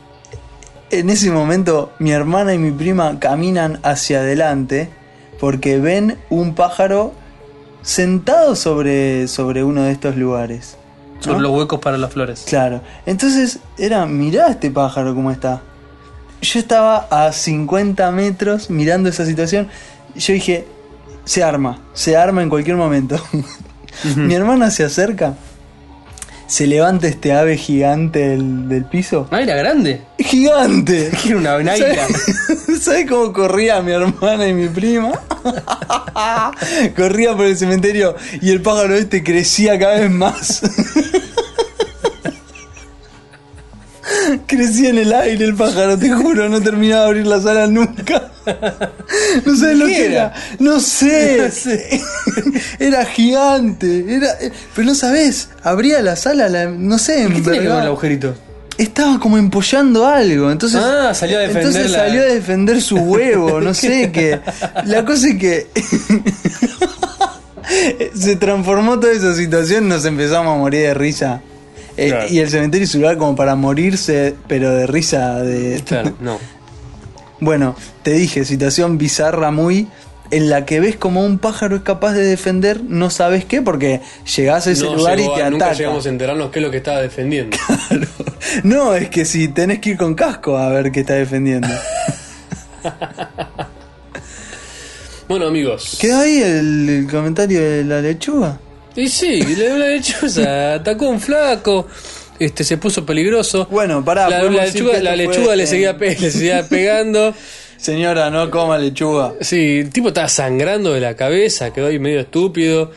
Speaker 3: En ese momento, mi hermana y mi prima caminan hacia adelante porque ven un pájaro sentado sobre, sobre uno de estos lugares.
Speaker 2: Sobre los huecos para las flores.
Speaker 3: Claro. Entonces era, mirá este pájaro cómo está. Yo estaba a 50 metros mirando esa situación. Yo dije, se arma, se arma en cualquier momento. Mi hermana se acerca, se levanta este ave gigante del, del piso.
Speaker 2: Ah, era grande.
Speaker 3: ¡Gigante!
Speaker 2: Era una un águila. *laughs*
Speaker 3: *laughs* ¿Sabes cómo corría mi hermana y mi prima? *laughs* corría por el cementerio y el pájaro este crecía cada vez más. *laughs* crecía en el aire el pájaro, te juro, no terminaba de abrir las alas nunca. *laughs* No sé lo que era.
Speaker 2: *laughs*
Speaker 3: No sé. *laughs* era gigante. Era... eh, Pero no sabes, abría las alas, la- no sé,
Speaker 2: ¿Qué tiene que ver
Speaker 3: envergaba
Speaker 2: el agujerito?
Speaker 3: estaba como empollando algo. Entonces,
Speaker 2: Ah, salió a defender
Speaker 3: Entonces
Speaker 2: la-
Speaker 3: salió a defender su huevo, no
Speaker 2: *laughs*
Speaker 3: sé qué. La cosa es que. se transformó toda esa situación, nos empezamos a morir de risa. Eh,
Speaker 2: Claro.
Speaker 3: Y el cementerio es un lugar como para morirse, pero de risa. De...
Speaker 2: Claro, no.
Speaker 3: Bueno, te dije, situación bizarra muy. En la que ves como un pájaro es capaz de defender, no sabes qué, porque llegás a ese
Speaker 2: No
Speaker 3: lugar
Speaker 2: llegó
Speaker 3: y te
Speaker 2: a-
Speaker 3: ataca.
Speaker 2: nunca llegamos a enterarnos qué es lo que estaba *laughs* defendiendo.
Speaker 3: Claro. No, es que si tenés que ir con casco a ver qué está defendiendo.
Speaker 2: bueno, amigos.
Speaker 3: ¿Quedó ahí el, el comentario de la lechuga?
Speaker 2: Y sí, la, la lechuza atacó a un flaco, este se puso peligroso.
Speaker 3: Bueno, pará,
Speaker 2: La,
Speaker 3: podemos
Speaker 2: la
Speaker 3: decir
Speaker 2: lechuga,
Speaker 3: que
Speaker 2: la
Speaker 3: esto fue,
Speaker 2: lechuga le,
Speaker 3: eh,
Speaker 2: seguía pe- le seguía *laughs* pegando.
Speaker 3: Señora, no coma lechuga.
Speaker 2: Sí, el tipo estaba sangrando de la cabeza, quedó ahí medio estúpido.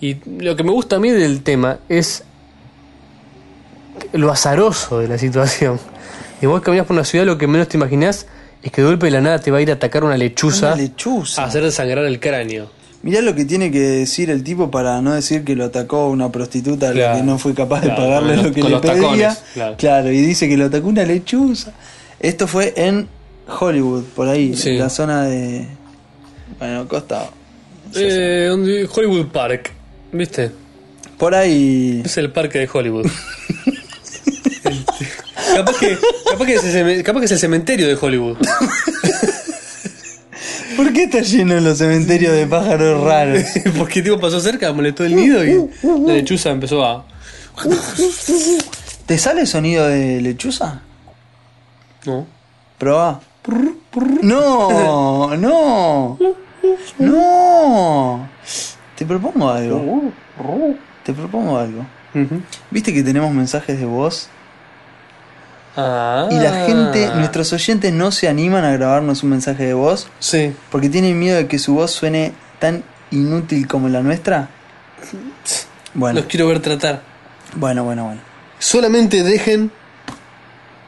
Speaker 2: Y lo que me gusta a mí del tema es lo azaroso de la situación. Y vos caminas por una ciudad, lo que menos te imaginás es que de golpe de la nada te va a ir a atacar una lechuza
Speaker 3: Una lechuza.
Speaker 2: a hacer sangrar el cráneo.
Speaker 3: Mirá lo que tiene que decir el tipo para no decir que lo atacó una prostituta a la
Speaker 2: Claro.
Speaker 3: que no fue capaz
Speaker 2: Claro,
Speaker 3: de pagarle
Speaker 2: con
Speaker 3: lo
Speaker 2: los-
Speaker 3: que
Speaker 2: con
Speaker 3: le
Speaker 2: los
Speaker 3: pedía.
Speaker 2: tacones, claro.
Speaker 3: y dice que lo atacó una lechuza. Esto fue en Hollywood, por ahí,
Speaker 2: Sí.
Speaker 3: en la zona de. Bueno, Costa.
Speaker 2: Eh, donde- Hollywood Park, ¿viste?
Speaker 3: Por ahí.
Speaker 2: Es el parque de Hollywood. El- capaz, que, capaz, que es el, ceme- capaz que es el cementerio de Hollywood. *laughs*
Speaker 3: ¿Por qué está lleno los cementerios de pájaros raros?
Speaker 2: Porque el tipo pasó cerca, molestó el nido y la lechuza empezó a.
Speaker 3: ¿Te sale sonido de lechuza?
Speaker 2: No.
Speaker 3: Probá. No, no. No. Te propongo algo. Te propongo algo. ¿Viste que tenemos mensajes de voz?
Speaker 2: Ah.
Speaker 3: Y la gente, nuestros oyentes no se animan a grabarnos un mensaje de voz
Speaker 2: Sí.
Speaker 3: porque tienen miedo de que su voz suene tan inútil como la nuestra. Bueno,
Speaker 2: Los quiero ver tratar.
Speaker 3: bueno, bueno, bueno.
Speaker 2: Solamente dejen.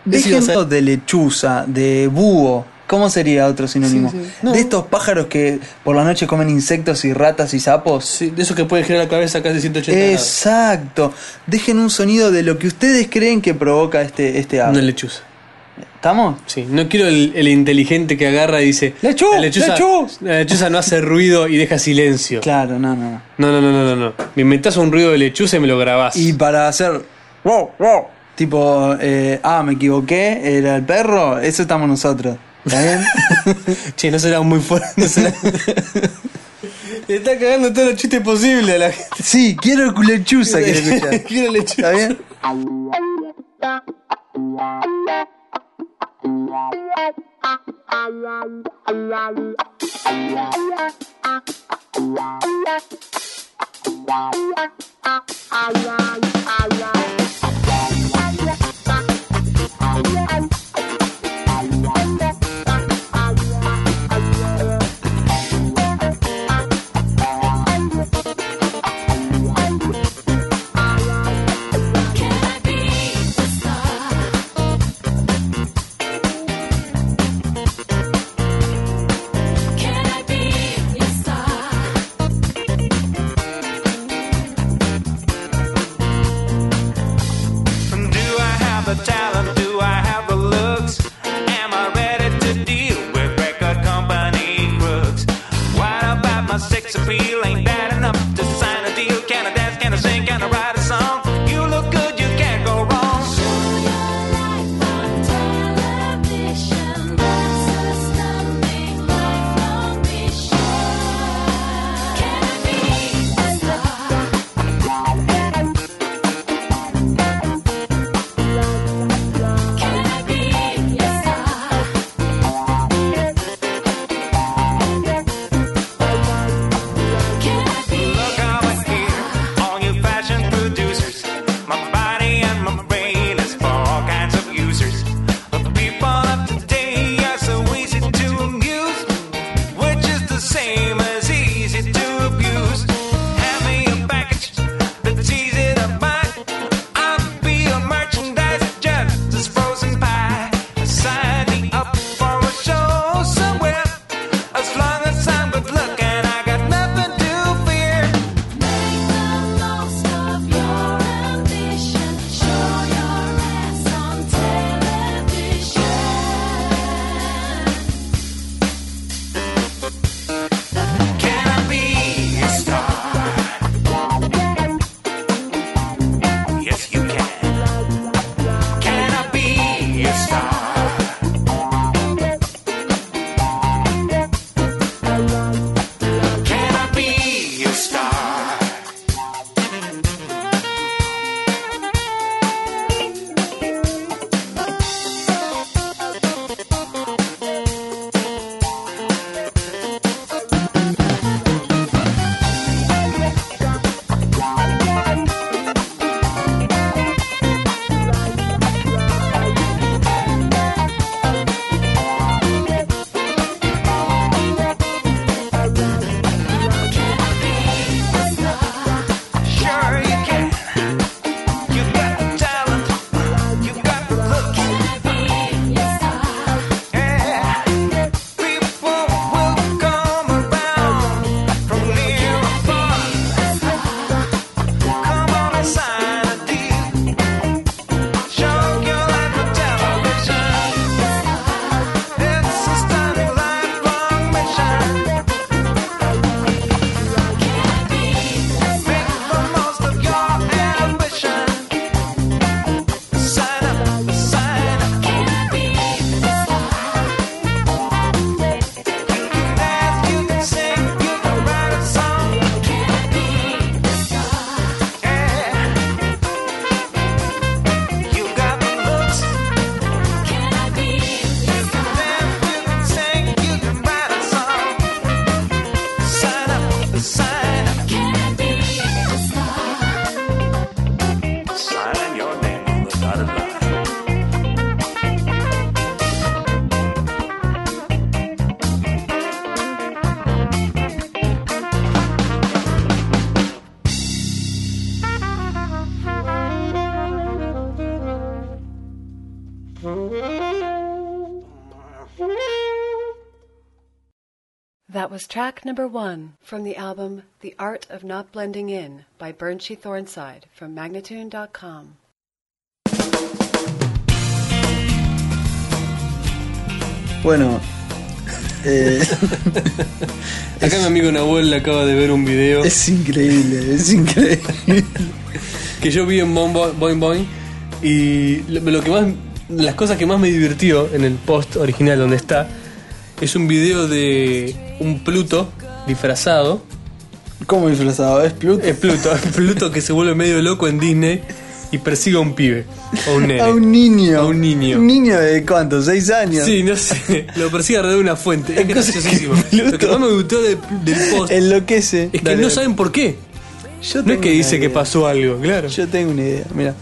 Speaker 2: Decías-
Speaker 3: Dejen de lechuza, de búho. ¿Cómo sería otro sinónimo?
Speaker 2: Sí, sí. No.
Speaker 3: De estos pájaros que por la noche comen insectos y ratas y sapos.
Speaker 2: Sí, de esos que pueden girar la cabeza casi 180 grados.
Speaker 3: Exacto. Dejen un sonido de lo que ustedes creen que provoca este, este ave.
Speaker 2: Una lechuza.
Speaker 3: ¿Estamos?
Speaker 2: Sí, no quiero el, el inteligente que agarra y dice.
Speaker 3: ¡Lechú!
Speaker 2: La lechuza,
Speaker 3: ¡Lechú!
Speaker 2: la lechuza no hace ruido y deja silencio.
Speaker 3: Claro, no, no, no.
Speaker 2: No, no, no, no, no, no. Me inventás un ruido de lechuza y me lo grabás.
Speaker 3: Y para hacer. wow, wow, Tipo, eh, ah, me equivoqué, era el perro, eso estamos nosotros. ¿Está
Speaker 2: *laughs*
Speaker 3: bien?
Speaker 2: Che, no será muy fuerte. no
Speaker 3: *laughs*
Speaker 2: será- Le está cagando todos los chistes posibles a la gente.
Speaker 3: sí, quiero lechuza, quiero escuchar.
Speaker 2: *laughs* Quiero lechuza.
Speaker 3: ¿Está bien?
Speaker 5: Can I be the star? Can I be your star?
Speaker 6: Do I have the talent? Do I have the looks? Am I ready to deal with record company crooks? What about my sex appeal? Ain't that enough to sign a deal? Can I dance? Can I sing? Can I write a song? You look good, you can't go wrong.
Speaker 5: Show your life on television. That's a stunning lifelong mission. Can I be the star? Can I be your star? Can I be
Speaker 6: Look over here, all you fashion producers. My body and my brain is for all kinds of users. The people of today are so easy to amuse, which is the same as easy to abuse. Hand me a package that's easy to buy. I'll be a merchandise just as frozen pie. Sign me up for a show somewhere. As long as I'm good looking, I got nothing to fear.
Speaker 5: Make the most of your ambition. Show your ass on television.
Speaker 6: Can I be a star? Yes, you can. Can I be a star? Can I be a star? Sure you can. You got the talent. You got the looks. Yeah. People will come around from near and far. Come on and sign a deal. Show your life on television. It's a stunning lifelong mission. Make the most of your ambition. Sign up, sign up. Can I be the You can dance, you can sing, you can write a song. Can I be the Yeah. You got the looks.
Speaker 5: Can I be
Speaker 6: You can dance, you can sing, you can write a song. Sign up, sign up.
Speaker 5: can I be the star?
Speaker 6: Sign your name on the dotted line.
Speaker 7: That was track number one from the album The Art of Not Blending In by Bernshi Thornside from Magnatune.com.
Speaker 3: Bueno. eh,
Speaker 2: Acá mi amigo Nahuel acaba de ver un video
Speaker 3: es increíble, es increíble.
Speaker 2: que yo vi en Bon Bo- Boing Boing y lo, lo que más las cosas que más me divirtió en el post original donde está es un video de un Pluto disfrazado
Speaker 3: ¿Cómo disfrazado? ¿Es Pluto?
Speaker 2: es Pluto *laughs* Pluto que se vuelve medio loco en Disney y persigue a un pibe o un nene
Speaker 3: *laughs* A un niño.
Speaker 2: Eh, A un niño.
Speaker 3: ¿Un niño de cuánto? ¿Seis años?
Speaker 2: Sí, no sé, lo persigue alrededor de una fuente. Es
Speaker 3: Entonces,
Speaker 2: graciosísimo.
Speaker 3: *laughs* Pluto-
Speaker 2: Lo que más me gustó de- del post
Speaker 3: Enloquece.
Speaker 2: es que
Speaker 3: Dale,
Speaker 2: no
Speaker 3: dale.
Speaker 2: saben por qué.
Speaker 3: Yo
Speaker 2: No es
Speaker 3: tengo
Speaker 2: que
Speaker 3: una
Speaker 2: dice que
Speaker 3: idea.
Speaker 2: pasó algo, claro.
Speaker 3: Yo tengo una idea, mira.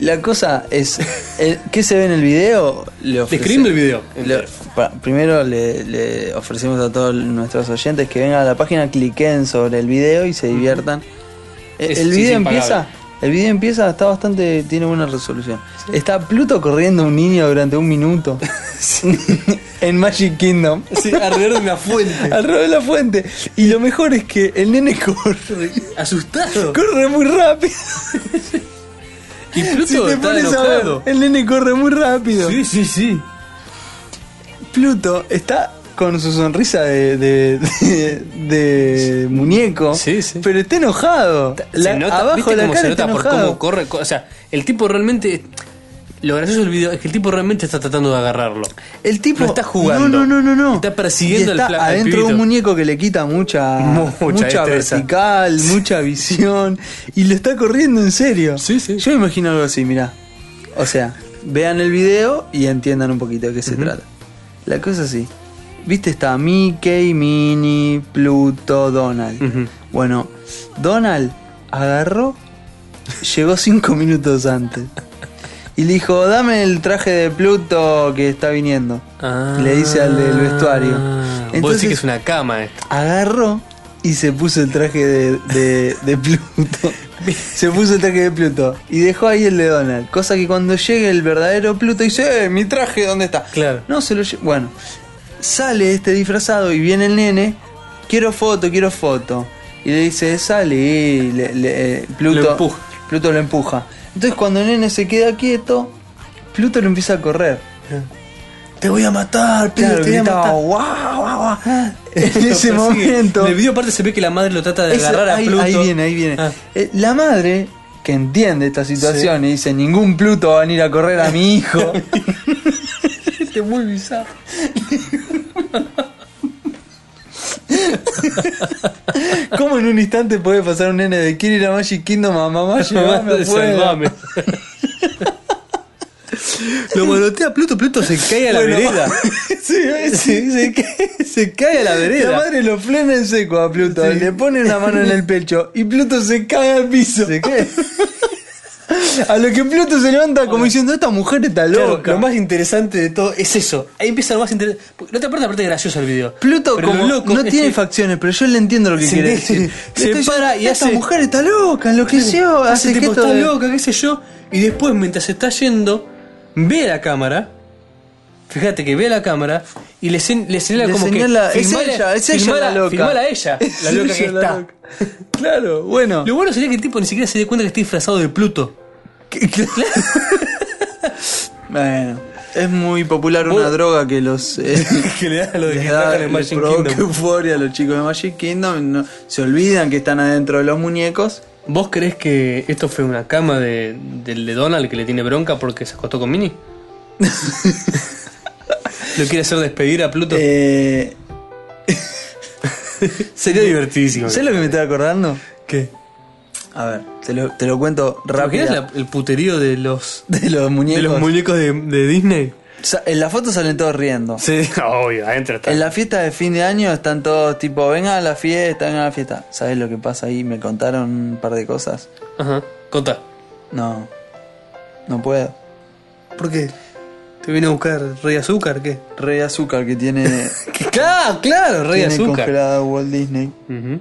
Speaker 3: La cosa es, el- ¿qué se ve en el video? Le ofrece-
Speaker 2: Describime el video.
Speaker 3: le- pa- primero le, le ofrecemos a todos nuestros oyentes que vengan a la página, cliquen sobre el video y se diviertan. E-
Speaker 2: Es-
Speaker 3: el
Speaker 2: sí,
Speaker 3: video
Speaker 2: es impagable.
Speaker 3: empieza, el video empieza, está bastante, tiene buena resolución. Está Pluto corriendo un niño durante un
Speaker 2: *laughs*
Speaker 3: minuto en Magic Kingdom.
Speaker 2: Sí, alrededor de una fuente.
Speaker 3: Alrededor de la fuente. Y lo mejor es que el nene corre.
Speaker 2: *laughs* Asustado.
Speaker 3: Corre muy rápido.
Speaker 2: Y Pluto
Speaker 3: Si te
Speaker 2: está
Speaker 3: pones a ver,
Speaker 2: enojado.
Speaker 3: el nene corre muy rápido.
Speaker 2: Sí, sí, sí.
Speaker 3: Pluto está con su sonrisa de, de, de- de muñeco,
Speaker 2: Sí, sí.
Speaker 3: pero está enojado. La-
Speaker 2: se nota,
Speaker 3: abajo
Speaker 2: ¿viste
Speaker 3: de la
Speaker 2: cómo
Speaker 3: cara
Speaker 2: se
Speaker 3: está
Speaker 2: nota por
Speaker 3: enojado.
Speaker 2: cómo corre? Co- O sea, el tipo realmente. Lo gracioso del video es que el tipo realmente está tratando de agarrarlo.
Speaker 3: el tipo
Speaker 2: no está jugando.
Speaker 3: No, no, no, no, no.
Speaker 2: Está persiguiendo
Speaker 3: Y
Speaker 2: al
Speaker 3: está
Speaker 2: fla- al
Speaker 3: adentro de un
Speaker 2: pibito.
Speaker 3: muñeco que le quita mucha
Speaker 2: *laughs* Mucha
Speaker 3: mucha
Speaker 2: destreza.
Speaker 3: vertical, mucha visión y lo está corriendo en serio.
Speaker 2: Sí, sí.
Speaker 3: Yo me imagino algo así, mirá. O sea, vean el video y entiendan un poquito de qué se trata. La cosa es así. ¿Viste? Está Mickey, Minnie, Pluto, Donald.
Speaker 2: Ujú.
Speaker 3: Bueno, Donald agarró, llegó cinco minutos antes. Y le dijo, dame el traje de Pluto que está viniendo.
Speaker 2: Ah.
Speaker 3: le dice al del vestuario.
Speaker 2: Vos
Speaker 3: Entonces
Speaker 2: decís que es una cama esto.
Speaker 3: agarró y se puso el traje de, de-
Speaker 2: *laughs*
Speaker 3: de Pluto. Se puso el traje de Pluto. Y dejó ahí el de Donald. Cosa que cuando llegue el verdadero Pluto dice, eh, mi traje, ¿dónde está?
Speaker 2: Claro.
Speaker 3: No, se lo lle- Bueno, sale este disfrazado y viene el nene. Quiero foto, quiero foto. Y le dice, sale. Y le- le- eh, Pluto,
Speaker 2: Lo empuja.
Speaker 3: Pluto lo empuja. Entonces cuando el nene se queda quieto, Pluto lo empieza a correr.
Speaker 2: Te voy a matar,
Speaker 3: Claro,
Speaker 2: te voy a
Speaker 3: gritaba,
Speaker 2: matar.
Speaker 3: "Guau, guau, guau". *laughs*
Speaker 2: Ah, Lo *laughs*
Speaker 3: En ese
Speaker 2: persigue.
Speaker 3: momento...
Speaker 2: En el video aparte se ve que la madre lo trata de
Speaker 3: Eso,
Speaker 2: agarrar a
Speaker 3: ahí,
Speaker 2: Pluto.
Speaker 3: ahí viene, ahí viene.
Speaker 2: Ah.
Speaker 3: Eh, la madre, que entiende esta situación y dice, ningún Pluto va a venir a correr a mi hijo.
Speaker 2: *laughs* Este es muy bizarro.
Speaker 3: ¿Cómo en un instante puede pasar un nene de quiero ir a Magic Kingdom
Speaker 2: *laughs*
Speaker 3: a mamá llevarme
Speaker 2: Salvame. *laughs* Lo manotea Pluto, Pluto se cae a la
Speaker 3: *laughs*
Speaker 2: vereda.
Speaker 3: se, cae, se cae a la vereda. La madre lo frena en seco a Pluto, le pone una mano en el pecho y Pluto se cae al piso. Se cae. *laughs* A lo que Pluto se levanta como diciendo, esta mujer está
Speaker 2: Claro,
Speaker 3: loca.
Speaker 2: lo más interesante de todo es eso. Ahí empieza lo más interesante. No te aparte, aparte es gracioso el video.
Speaker 3: Pluto
Speaker 2: Pero
Speaker 3: como
Speaker 2: lo loco
Speaker 3: no
Speaker 2: es
Speaker 3: tiene
Speaker 2: que-
Speaker 3: facciones, pero yo le entiendo lo que
Speaker 2: Sí,
Speaker 3: quiere *laughs*
Speaker 2: sí.
Speaker 3: decir.
Speaker 2: Se
Speaker 3: Estoy-
Speaker 2: para y
Speaker 3: esta
Speaker 2: hace-
Speaker 3: mujer está loca, enloqueció,
Speaker 2: Ese
Speaker 3: hace
Speaker 2: tipo
Speaker 3: gesto
Speaker 2: está
Speaker 3: de-
Speaker 2: loca, qué sé yo. Y después, mientras se está yendo, ve a la cámara. Fíjate que ve a la cámara y le, sen- le señala
Speaker 3: Le
Speaker 2: como
Speaker 3: señala,
Speaker 2: que.
Speaker 3: es
Speaker 2: filmala-
Speaker 3: ella, es ella
Speaker 2: filmala-
Speaker 3: la loca.
Speaker 2: filmala a ella,
Speaker 3: *laughs* Es
Speaker 2: la loca que
Speaker 3: ella la
Speaker 2: está.
Speaker 3: loca. *laughs* Claro, bueno.
Speaker 2: Lo bueno sería que el tipo ni siquiera se dé cuenta que está disfrazado de Pluto. *laughs*
Speaker 3: Bueno, es muy popular una
Speaker 2: Vos-
Speaker 3: droga *laughs* que los eh, *laughs*
Speaker 2: que le da lo de
Speaker 3: les
Speaker 2: que
Speaker 3: da-
Speaker 2: trabajan en
Speaker 3: les
Speaker 2: Magic
Speaker 3: provoca
Speaker 2: Kingdom.
Speaker 3: euforia a los chicos de Magic Kingdom, no- se olvidan que están adentro de los muñecos.
Speaker 2: ¿Vos crees que esto fue una cama de, del de Donald que le tiene bronca porque se acostó
Speaker 8: *laughs*
Speaker 2: con Minnie? ¿Lo quiere hacer despedir a Pluto?
Speaker 3: Eh,
Speaker 8: eh,
Speaker 2: Sería divertidísimo.
Speaker 3: ¿Sabes lo que me estoy acordando?
Speaker 2: ¿Qué?
Speaker 3: A ver, te lo, te lo cuento
Speaker 2: ¿Te imaginas
Speaker 3: rápido.
Speaker 2: la- el puterío de los,
Speaker 3: *laughs* De los
Speaker 2: de,
Speaker 3: muñecos.
Speaker 2: los muñecos de, de Disney?
Speaker 3: Sa- en la foto salen todos riendo.
Speaker 2: Sí, obvio, adentro está.
Speaker 3: En la fiesta de fin de año están todos tipo, vengan a la fiesta, vengan a la fiesta. ¿Sabes lo que pasa ahí? Me contaron un par de cosas.
Speaker 2: Ajá, contá.
Speaker 3: No, no puedo.
Speaker 2: ¿Por qué? ¿Te vino a buscar Rey Azúcar? ¿Qué?
Speaker 3: Rey Azúcar que
Speaker 8: *laughs*
Speaker 3: tiene,
Speaker 2: Claro, claro, Rey
Speaker 3: tiene
Speaker 2: Azúcar.
Speaker 3: congelada Walt Disney
Speaker 2: Ujú.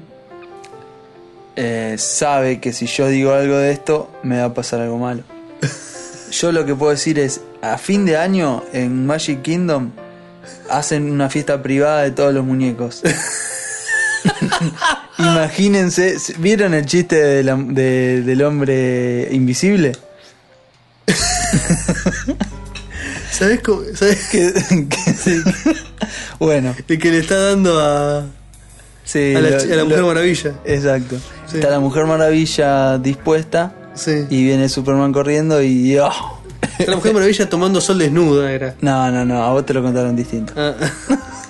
Speaker 3: eh, sabe que si yo digo algo de esto me va a pasar
Speaker 8: *laughs*
Speaker 3: algo malo. Yo lo que puedo decir es, a fin de año en Magic Kingdom hacen una fiesta privada de todos
Speaker 8: *laughs*
Speaker 3: los muñecos. Imagínense, ¿vieron el chiste de la- de- del hombre invisible?
Speaker 8: ¿Sabes cómo? ¿Sabes qué?
Speaker 3: Que- *laughs*
Speaker 8: *laughs*
Speaker 3: que se- bueno,
Speaker 8: El que le está dando a, a,
Speaker 3: sí,
Speaker 8: la,
Speaker 2: Eh,
Speaker 3: lo-
Speaker 8: ch- a la
Speaker 3: lo-
Speaker 8: Mujer Maravilla.
Speaker 3: Exacto.
Speaker 8: Sí.
Speaker 3: Está la Mujer Maravilla dispuesta
Speaker 8: Sí.
Speaker 3: y viene Superman corriendo y... ¡oh!
Speaker 8: La Mujer Maravilla tomando sol desnuda era.
Speaker 3: No, no, no, a vos te lo contaron distinto.
Speaker 8: Ah.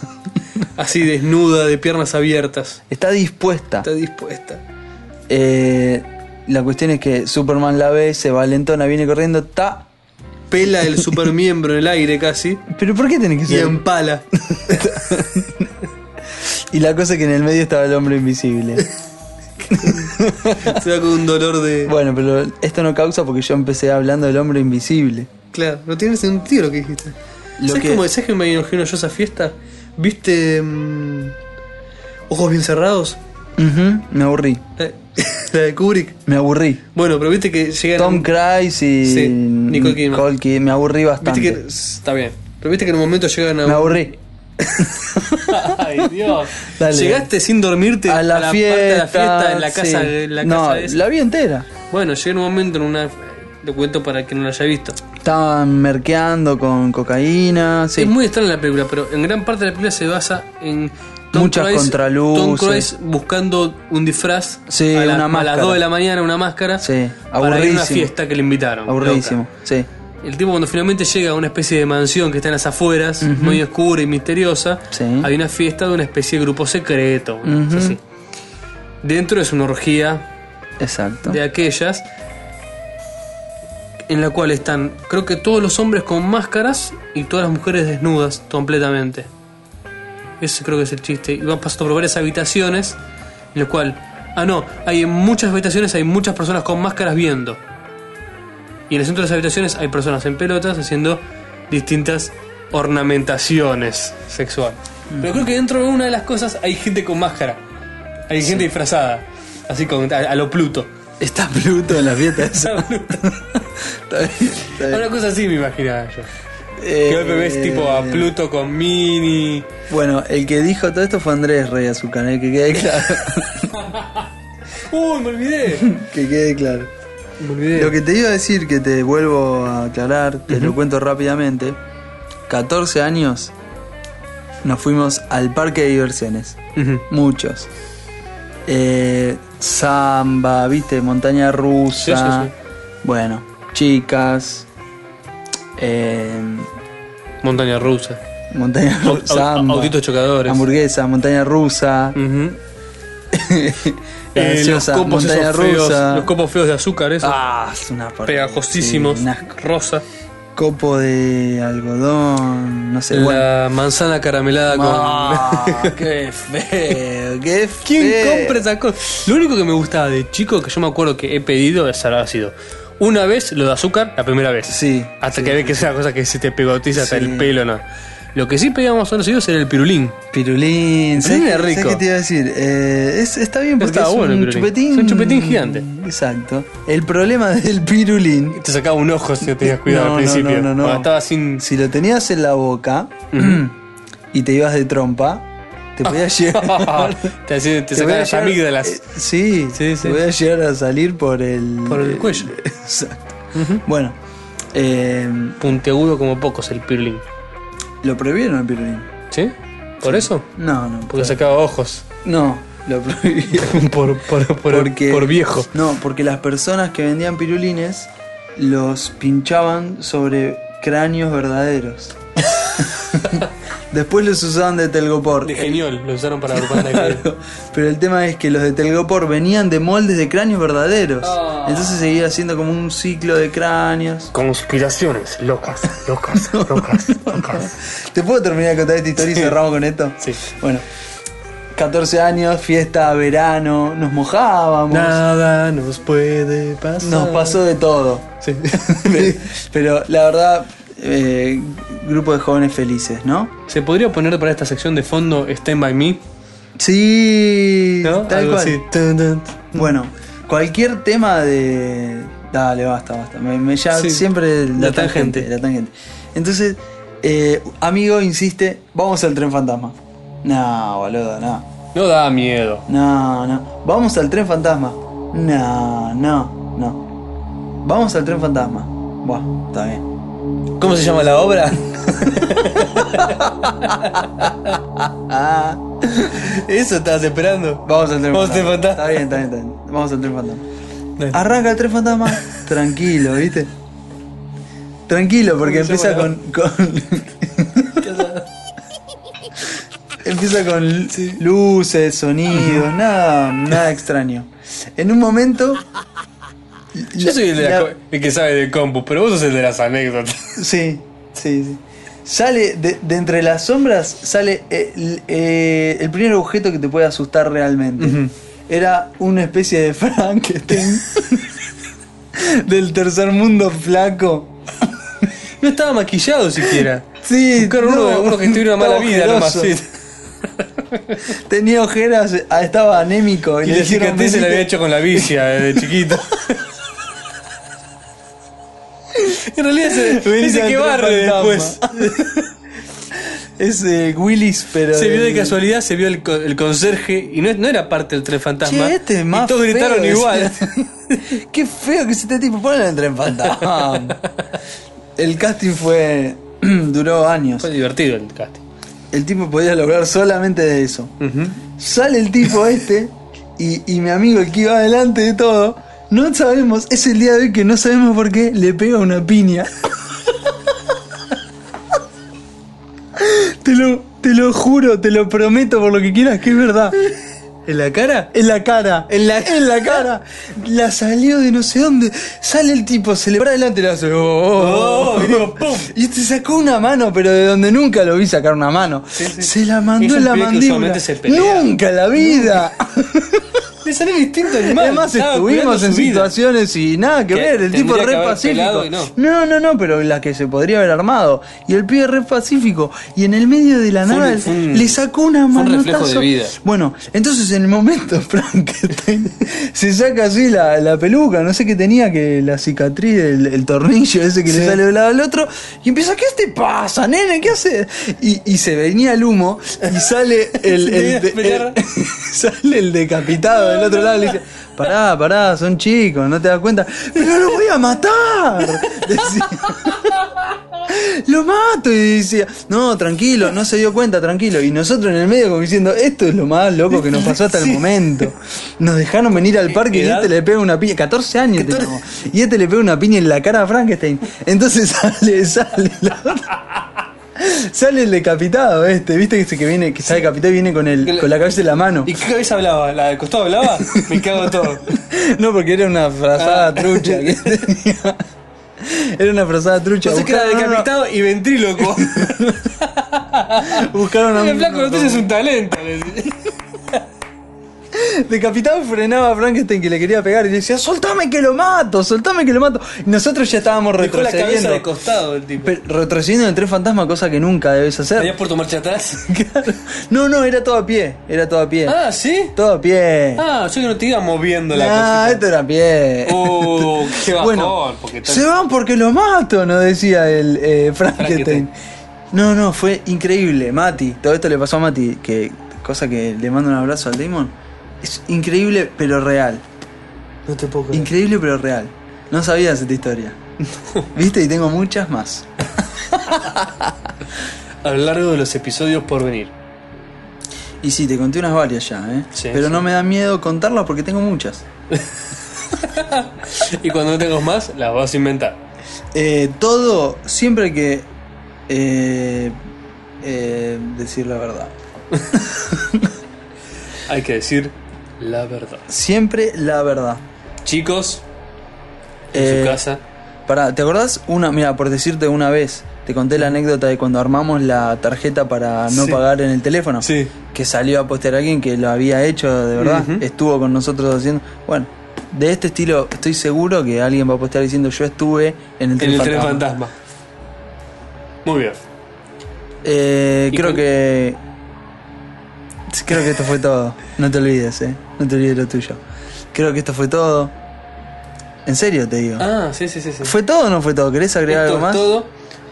Speaker 8: *laughs* Así desnuda, de piernas abiertas.
Speaker 3: Está dispuesta.
Speaker 8: Está dispuesta.
Speaker 3: Eh, la cuestión es que Superman la ve, se valentona, viene corriendo, ta.
Speaker 8: Pela el supermiembro en el aire casi.
Speaker 3: Pero ¿por qué tiene que
Speaker 8: Y
Speaker 3: ser?
Speaker 8: empala.
Speaker 3: Y la cosa es que en el medio estaba el hombre invisible.
Speaker 8: *laughs* Se va con un dolor de.
Speaker 3: bueno, pero esto no causa porque yo empecé hablando del hombre invisible.
Speaker 8: Claro, no tiene sentido lo que dijiste.
Speaker 3: Lo
Speaker 8: ¿Sabes
Speaker 3: que-
Speaker 8: cómo ¿sabes que me imagino yo esa fiesta? ¿Viste. mm, ojos bien cerrados?
Speaker 3: Ujú, me aburrí,
Speaker 8: La, *laughs* la de Kubrick.
Speaker 3: me aburrí.
Speaker 8: Bueno, pero viste que llegan. a
Speaker 3: Tom
Speaker 8: un-
Speaker 3: Cruise y
Speaker 8: Sí, Nicole Kidman.
Speaker 3: Kidman, Me aburrí bastante.
Speaker 8: Viste que. Está bien. Pero viste que en un momento llegan a.
Speaker 3: Me
Speaker 8: un-
Speaker 3: aburrí.
Speaker 2: *laughs* Ay, Dios.
Speaker 3: Dale.
Speaker 8: Llegaste sin dormirte
Speaker 3: a la,
Speaker 8: parte
Speaker 3: fiesta,
Speaker 8: de la fiesta en la casa,
Speaker 3: sí.
Speaker 8: en la
Speaker 3: no,
Speaker 8: casa esa.
Speaker 3: la vi entera.
Speaker 2: Bueno, llega un momento en una. eh, Lo cuento para que no lo haya visto.
Speaker 3: Estaban merqueando con cocaína, sí.
Speaker 2: Es muy extraña la película, pero en gran parte de la película se basa en. Tom
Speaker 3: Muchas
Speaker 2: Cruise-
Speaker 3: contraluces.
Speaker 2: Tom Cruise buscando un disfraz
Speaker 3: Sí,
Speaker 2: a, la-
Speaker 3: una
Speaker 2: a las
Speaker 3: máscara.
Speaker 2: 2 de la mañana, una máscara.
Speaker 3: Sí,
Speaker 2: Para ir a una
Speaker 3: aburridísimo.
Speaker 2: fiesta que le invitaron.
Speaker 3: Aburridísimo,
Speaker 2: loca.
Speaker 3: sí.
Speaker 2: El tipo cuando finalmente llega a una especie de mansión que está en las afueras, muy oscura y misteriosa,
Speaker 3: Sí.
Speaker 2: hay una fiesta de una especie de grupo secreto. una cosa
Speaker 3: Ujú.
Speaker 2: así. Dentro es una orgía
Speaker 3: Exacto.
Speaker 2: de aquellas en la cual están, creo que todos los hombres con máscaras y todas las mujeres desnudas completamente. Ese creo que es el chiste. Y van pasando por varias habitaciones, en lo cual, ah no, hay en muchas habitaciones hay muchas personas con máscaras viendo. Y en el centro de las habitaciones hay personas en pelotas haciendo distintas ornamentaciones sexuales. Pero creo que dentro de una de las cosas hay gente con máscara. Hay gente disfrazada. Así con, a- a lo Pluto.
Speaker 3: Está Pluto en la fiesta *laughs* esa. Está bien,
Speaker 2: *laughs*
Speaker 3: está bien.
Speaker 2: Una cosa así me imaginaba yo.
Speaker 3: Eh,
Speaker 2: que hoy ves tipo a Pluto con Mini.
Speaker 3: Bueno, el que dijo todo esto fue Andrés Rey Azúcar, eh, que quede claro.
Speaker 2: ¡Uy, me olvidé!
Speaker 3: que quede claro.
Speaker 2: Me olvidé.
Speaker 3: Lo que te iba a decir, que te vuelvo a aclarar, te lo cuento rápidamente. 14 años nos fuimos al parque de diversiones.
Speaker 2: Ujú.
Speaker 3: Muchos. Eh, samba, viste, montaña rusa.
Speaker 2: Sí, sí,
Speaker 3: Bueno, chicas. eh,
Speaker 2: Montaña rusa.
Speaker 3: montaña
Speaker 2: Au- au-
Speaker 3: rusa. samba,
Speaker 2: autitos chocadores.
Speaker 3: Hamburguesa, montaña rusa. *laughs*
Speaker 2: Ujú.
Speaker 3: la
Speaker 2: Mm. Eh, los
Speaker 3: gaseosa,
Speaker 2: copos
Speaker 3: montaña
Speaker 2: esos feos,
Speaker 3: rusa.
Speaker 2: los copos feos de azúcar, esos
Speaker 3: Ah, es una porquería,
Speaker 2: pegajosísimos,
Speaker 3: sí, un asco.
Speaker 2: rosa.
Speaker 3: Copo de algodón, no sé.
Speaker 2: *laughs*
Speaker 3: bueno.
Speaker 2: La manzana caramelada
Speaker 3: Ah,
Speaker 2: con. *laughs*
Speaker 3: qué feo, Eh, qué feo.
Speaker 2: ¿Quién compra esa cosa? Lo único que me gustaba de chico, que yo me acuerdo que he pedido, es habrá sido una vez lo de azúcar, la primera vez.
Speaker 3: Sí,
Speaker 2: Hasta que ves que es una cosa que se te pegotiza hasta
Speaker 3: Sí.
Speaker 2: el pelo, ¿no? Lo que sí pedíamos a los hijos era el pirulín.
Speaker 3: Pirulín, ¿sabes,
Speaker 2: Pirulín es
Speaker 3: qué-
Speaker 2: rico.
Speaker 3: ¿sabés qué te iba a decir? Eh, es- está bien porque
Speaker 2: Está
Speaker 3: es
Speaker 2: bueno el
Speaker 3: un
Speaker 2: pirulín.
Speaker 3: chupetín.
Speaker 2: Es un chupetín gigante.
Speaker 3: Exacto. El problema *laughs* del pirulín.
Speaker 2: Te sacaba un ojo si no tenías cuidado
Speaker 3: No,
Speaker 2: al
Speaker 3: no, no,
Speaker 2: principio.
Speaker 3: no, no.
Speaker 2: Cuando estaba sin.
Speaker 3: Si lo tenías en la boca y te ibas de trompa, te
Speaker 2: *laughs*
Speaker 3: podías llegar.
Speaker 2: te hacía- te
Speaker 3: voy
Speaker 2: sacaba
Speaker 3: a
Speaker 2: las
Speaker 3: llegar-
Speaker 2: amígdalas.
Speaker 3: eh, sí,
Speaker 2: Sí, sí.
Speaker 3: te voy a llegar a salir por el.
Speaker 2: Por el cuello.
Speaker 3: *laughs* Exacto. Bueno, eh,
Speaker 2: Puntiagudo como pocos el pirulín.
Speaker 3: lo prohibieron al pirulín.
Speaker 2: ¿Sí? ¿Por eso?
Speaker 3: No, no.
Speaker 2: Porque sacaba ojos.
Speaker 3: No, lo *laughs* prohibieron.
Speaker 2: *laughs* por, por, por,
Speaker 3: Porque-
Speaker 2: por viejo.
Speaker 3: No, porque las personas que vendían pirulines los pinchaban sobre
Speaker 2: *laughs*
Speaker 3: cráneos verdaderos. Después los usaban de telgopor.
Speaker 2: De genial, lo usaron para agrupar la
Speaker 3: Claro, Pero el tema es que los de telgopor venían de moldes de cráneos verdaderos.
Speaker 2: Ah.
Speaker 3: Entonces seguía siendo como un ciclo de cráneos.
Speaker 2: Conspiraciones locas, locas, locas, locas.
Speaker 3: ¿Te puedo terminar de contar esta historia y cerramos con esto?
Speaker 2: Sí.
Speaker 3: Bueno, 14 años, fiesta, verano, nos mojábamos.
Speaker 2: *laughs* Nada nos puede pasar.
Speaker 3: Nos pasó de todo.
Speaker 2: Sí.
Speaker 3: *laughs* Pero la verdad, eh, grupo de jóvenes felices, ¿no?
Speaker 2: ¿Se podría poner para esta sección de fondo Stand By Me?
Speaker 3: Sí,
Speaker 2: ¿No?
Speaker 3: tal
Speaker 2: Algo
Speaker 3: cual.
Speaker 2: así. Tun, tun.
Speaker 3: Bueno, cualquier tema de. Dale, basta, basta. Me, me- ya
Speaker 2: Sí.
Speaker 3: siempre
Speaker 2: La
Speaker 3: la, tangente,
Speaker 2: tangente.
Speaker 3: La tangente. Entonces, Eh, amigo insiste, vamos al tren fantasma. No, boludo, no.
Speaker 2: No da miedo.
Speaker 3: No, no. Vamos al tren fantasma. No, no, no. Vamos al tren fantasma. Buah, está bien.
Speaker 8: ¿Cómo se llama la obra? *laughs* Eso estabas esperando.
Speaker 3: Vamos al tren
Speaker 8: Vamos al tren
Speaker 3: Está
Speaker 8: fantasma.
Speaker 3: bien, está bien, está bien. Vamos al tren fantasma.
Speaker 8: Dale.
Speaker 3: Arranca el
Speaker 8: *laughs*
Speaker 3: tren fantasma. Tranquilo, ¿viste? Tranquilo, porque
Speaker 8: ¿Cómo se
Speaker 3: empieza
Speaker 8: llama
Speaker 3: con. con-
Speaker 8: *laughs*
Speaker 3: *laughs* empieza con
Speaker 8: *laughs*
Speaker 3: luces, sonidos, nada, nada extraño. En un momento.
Speaker 2: Yo soy el, de la
Speaker 3: la-
Speaker 2: co- el que sabe de compu, pero vos sos el de las
Speaker 3: *laughs*
Speaker 2: anécdotas.
Speaker 3: Sí, sí, sí. Sale de, de entre las sombras, sale el, eh, el primer objeto que te puede asustar realmente. Era una especie
Speaker 2: *laughs*
Speaker 3: de Frankenstein del tercer mundo flaco.
Speaker 2: No estaba maquillado siquiera.
Speaker 3: Sí,
Speaker 2: Buscaron uno,
Speaker 3: no,
Speaker 2: uno
Speaker 3: *laughs*
Speaker 2: que tuviera una mala
Speaker 3: estaba
Speaker 2: vida nomás.
Speaker 3: ojeroso.
Speaker 2: sí.
Speaker 3: Tenía ojeras, ah, estaba anémico. Y,
Speaker 2: Y
Speaker 3: le
Speaker 2: la
Speaker 3: dijeron,
Speaker 2: cicatriz se la
Speaker 3: "Venite".
Speaker 2: había hecho con la bicia de
Speaker 3: *laughs*
Speaker 2: chiquito. en realidad se
Speaker 3: Venite
Speaker 2: dice
Speaker 3: al
Speaker 2: que
Speaker 3: tren
Speaker 2: barre después.
Speaker 3: fantasma. *laughs* Es eh, Willis, pero.
Speaker 2: Se vio de
Speaker 3: del-
Speaker 2: casualidad, se vio el, co- el conserje y no, no era parte del tren fantasma.
Speaker 3: Che, este es más
Speaker 2: y todos gritaron
Speaker 3: feo, *laughs*
Speaker 2: igual.
Speaker 3: decía. Qué feo que es este tipo. Ponle en tren fantasma. *laughs* El casting fue. *clears throat* duró
Speaker 2: *laughs*
Speaker 3: años.
Speaker 2: Fue divertido el casting.
Speaker 3: El tipo podía lograr solamente de eso. Sale el tipo este y, y mi amigo, el que iba adelante de todo, no sabemos, es el día de hoy que no sabemos por qué le pega una piña. te, lo, te lo juro, te lo prometo por lo que quieras que es verdad.
Speaker 8: ¿En la cara?
Speaker 3: En la cara. En la, en la cara. La salió de no sé dónde. Sale el tipo, se le para adelante y le hace. "Oh, oh, oh".
Speaker 2: Oh, y digo, ¡pum!
Speaker 3: *laughs* Y te sacó una mano, pero de donde nunca lo vi sacar una mano.
Speaker 2: sí.
Speaker 3: Se la
Speaker 2: Es
Speaker 3: mandó
Speaker 2: un
Speaker 3: en la
Speaker 2: pibe que
Speaker 3: mandíbula.
Speaker 2: usualmente se pelea.
Speaker 3: Nunca en la vida. *laughs*
Speaker 2: Le salió distinto al animal.
Speaker 3: Además
Speaker 2: Estaba
Speaker 3: estuvimos
Speaker 2: cuidando
Speaker 3: en
Speaker 2: su vida.
Speaker 3: situaciones y nada que
Speaker 2: Que
Speaker 3: ver. El tipo
Speaker 2: tendría que
Speaker 3: re
Speaker 2: haber
Speaker 3: pacífico.
Speaker 2: pelado y no.
Speaker 3: No, no, no, pero la que se podría haber armado. Y el pibe re pacífico. Y en el medio de la
Speaker 2: Fue un-
Speaker 3: nada
Speaker 2: fue un-
Speaker 3: le sacó una
Speaker 2: fue
Speaker 3: mano.
Speaker 2: un reflejo de vida.
Speaker 3: Bueno, entonces en el momento *laughs* Frankenstein se saca así la, la peluca, no sé qué tenía, que la cicatriz, el, el tornillo ese que le sale del lado al otro, y empieza, ¿qué te pasa, nene? ¿Qué haces? Y, y se venía el humo y sale el,
Speaker 2: Tenía
Speaker 3: el-
Speaker 2: que
Speaker 3: el- *laughs*
Speaker 2: pelear.
Speaker 3: sale el decapitado del otro lado y le dice, pará, pará, son chicos, no te das cuenta, pero lo voy a matar. *laughs* Decía lo mato. Y decía, no, tranquilo, no se dio cuenta, tranquilo. Y nosotros en el medio como diciendo, esto es lo más loco que nos pasó hasta el momento. Nos dejaron venir al parque y
Speaker 2: ¿Edad?
Speaker 3: este le pega una piña, 14 años teníamos. y este le pega una piña en la cara a Frankenstein. Entonces *laughs* sale, sale la- Sale el decapitado este, viste que, se- que viene, que sale decapitado y viene con el, con la cabeza en la mano.
Speaker 2: ¿Y qué cabeza hablaba? ¿La del costado hablaba? Me cago en todo.
Speaker 3: *laughs* No, porque era una frazada
Speaker 2: Ah.
Speaker 3: trucha que tenía. Era una frazada trucha.
Speaker 2: Pensé que era
Speaker 3: Buscaron- no, no, no.
Speaker 2: decapitado y ventríloco.
Speaker 3: Buscaron
Speaker 2: *laughs*
Speaker 3: a
Speaker 2: El
Speaker 3: un-
Speaker 2: flaco *laughs* no es un talento.
Speaker 3: Decapitado frenaba a Frankenstein que le quería pegar y le decía, soltame que lo mato, soltame que lo mato. Y nosotros ya estábamos
Speaker 2: Dejó la cabeza de
Speaker 3: retrocediendo.
Speaker 2: costado el tipo.
Speaker 3: Pero retrocediendo en el tren fantasma, cosa que nunca debes
Speaker 2: ¿Tenías
Speaker 3: hacer.
Speaker 2: por tu marcha atrás?
Speaker 3: *laughs* Claro. No, no, era todo a pie, era todo a pie.
Speaker 2: *laughs* Ah, ¿sí?
Speaker 3: Todo a pie.
Speaker 2: Ah, yo que no te iba moviendo la
Speaker 3: Ah,
Speaker 2: cosita.
Speaker 3: esto era a pie.
Speaker 2: Uh, qué bajón,
Speaker 3: *laughs* bueno,
Speaker 2: porque tal-
Speaker 3: se van porque lo mato, nos decía el eh, Frankenstein.
Speaker 2: Frankenstein.
Speaker 3: No, no, fue increíble. Mati, todo esto le pasó a Mati, que cosa que le mando un abrazo al Damon. Es increíble, pero real.
Speaker 8: No te puedo creer.
Speaker 3: Increíble pero real. No sabías esta
Speaker 2: *laughs*
Speaker 3: historia. Viste, y tengo muchas más.
Speaker 2: A lo largo de los episodios por venir.
Speaker 3: Y sí, te conté unas varias ya, ¿eh?
Speaker 2: Sí,
Speaker 3: pero
Speaker 2: sí.
Speaker 3: no me da miedo contarlas porque tengo muchas.
Speaker 2: Y cuando no tengas más, las vas a inventar.
Speaker 3: Eh, todo, siempre hay que eh, eh, decir la verdad.
Speaker 2: Hay que decir la verdad.
Speaker 3: Siempre la verdad.
Speaker 2: Chicos, en
Speaker 3: Eh,
Speaker 2: su casa.
Speaker 3: Pará, ¿te acordás? Una, mira, por decirte una vez, te conté la anécdota de cuando armamos la tarjeta para no
Speaker 8: Sí.
Speaker 3: pagar en el teléfono.
Speaker 8: Sí.
Speaker 3: Que salió a postear alguien que lo había hecho de verdad.
Speaker 2: Ujú.
Speaker 3: Estuvo con nosotros haciendo. Bueno, de este estilo estoy seguro que alguien va a postear diciendo yo estuve en el
Speaker 2: En
Speaker 3: tren
Speaker 2: el tren fantasma.
Speaker 3: fantasma".
Speaker 2: Muy bien.
Speaker 3: Eh,
Speaker 2: ¿Y
Speaker 3: creo
Speaker 2: con-
Speaker 3: que. Creo que esto fue todo. No te olvides, eh. No te olvides lo tuyo. Creo que esto fue todo. En serio te digo.
Speaker 2: Ah, sí, sí, sí. sí.
Speaker 3: ¿Fue todo o no fue todo? ¿Querés agregar
Speaker 2: Esto
Speaker 3: algo
Speaker 2: es
Speaker 3: más?
Speaker 2: todo.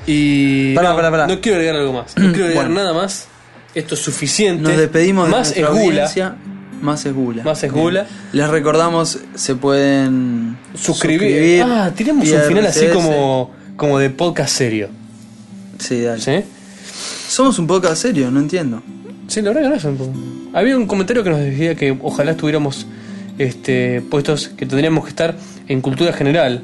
Speaker 2: Y.
Speaker 3: Pará,
Speaker 2: no,
Speaker 3: pará, pará.
Speaker 2: No quiero agregar algo más. No quiero agregar nada más. Esto es suficiente.
Speaker 3: Nos despedimos de
Speaker 2: Más
Speaker 3: nuestra
Speaker 2: es gula.
Speaker 3: audiencia. Más es gula.
Speaker 2: Más es gula.
Speaker 3: Les recordamos, se pueden
Speaker 2: Suscribir. Ah, tenemos
Speaker 3: vía
Speaker 2: un final así
Speaker 3: RSS.
Speaker 2: como, como de podcast serio.
Speaker 3: Sí, dale.
Speaker 2: ¿Sí?
Speaker 3: Somos un podcast serio, no entiendo.
Speaker 2: Sí, la verdad que no es un- Había un comentario que nos decía que ojalá estuviéramos este, puestos, que tendríamos que estar en cultura general,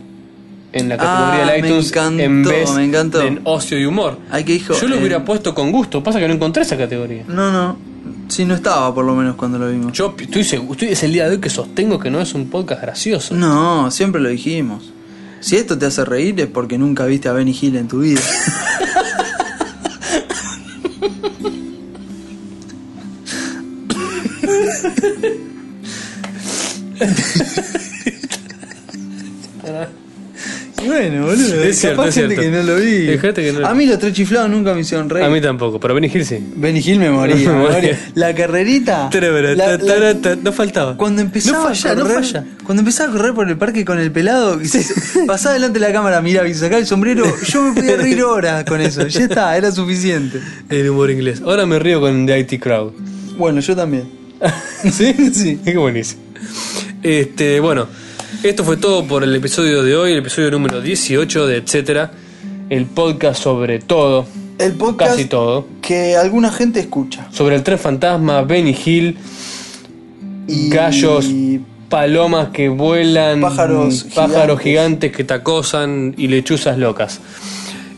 Speaker 2: en la categoría
Speaker 3: Ah,
Speaker 2: del
Speaker 3: me
Speaker 2: iTunes,
Speaker 3: encantó,
Speaker 2: en vez
Speaker 3: me encantó.
Speaker 2: de en ocio y humor.
Speaker 3: Ay, que hijo,
Speaker 2: Yo lo
Speaker 3: eh.
Speaker 2: hubiera puesto con gusto, pasa que no encontré esa categoría.
Speaker 3: No, no. Sí, no estaba por lo menos cuando lo vimos.
Speaker 2: Yo estoy, segu- estoy- es el día de hoy que sostengo que no es un podcast gracioso.
Speaker 3: No, siempre lo dijimos. Si esto te hace reír es porque nunca viste a Benny Hill en tu vida. Y *laughs* bueno, boludo.
Speaker 2: Es cierto,
Speaker 3: capaz
Speaker 2: es
Speaker 3: gente
Speaker 2: cierto.
Speaker 3: que no lo vi.
Speaker 2: Dejate que no-
Speaker 3: A mí los tres chiflados nunca me hicieron reír.
Speaker 2: A mí tampoco, pero Benny Hill sí.
Speaker 3: Benny Hill me
Speaker 2: *laughs*
Speaker 3: moría.
Speaker 2: Me
Speaker 3: me
Speaker 2: moría.
Speaker 3: moría. La carrerita. la- la-
Speaker 2: no faltaba.
Speaker 3: cuando empezaba
Speaker 2: no falla,
Speaker 3: a correr,
Speaker 2: no falla.
Speaker 3: cuando empezaba a correr por el parque con el pelado, y se-
Speaker 2: *laughs*
Speaker 3: pasaba delante de la cámara, miraba y sacaba el sombrero, yo me podía reír horas con eso, ya está, era suficiente.
Speaker 2: El humor inglés. Ahora me río con The IT Crowd.
Speaker 3: Bueno, yo también.
Speaker 2: *laughs* ¿Sí? Sí. Qué buenísimo. Este, bueno, esto fue todo por el episodio de hoy, el episodio número 18 de Etcétera. El podcast sobre todo,
Speaker 3: El podcast
Speaker 2: casi todo.
Speaker 3: que alguna gente escucha.
Speaker 2: Sobre el tren fantasma, Benny Hill,
Speaker 3: Y
Speaker 2: gallos, palomas que vuelan,
Speaker 3: Pájaros
Speaker 2: pájaros
Speaker 3: gigantes.
Speaker 2: gigantes que te acosan y lechuzas locas.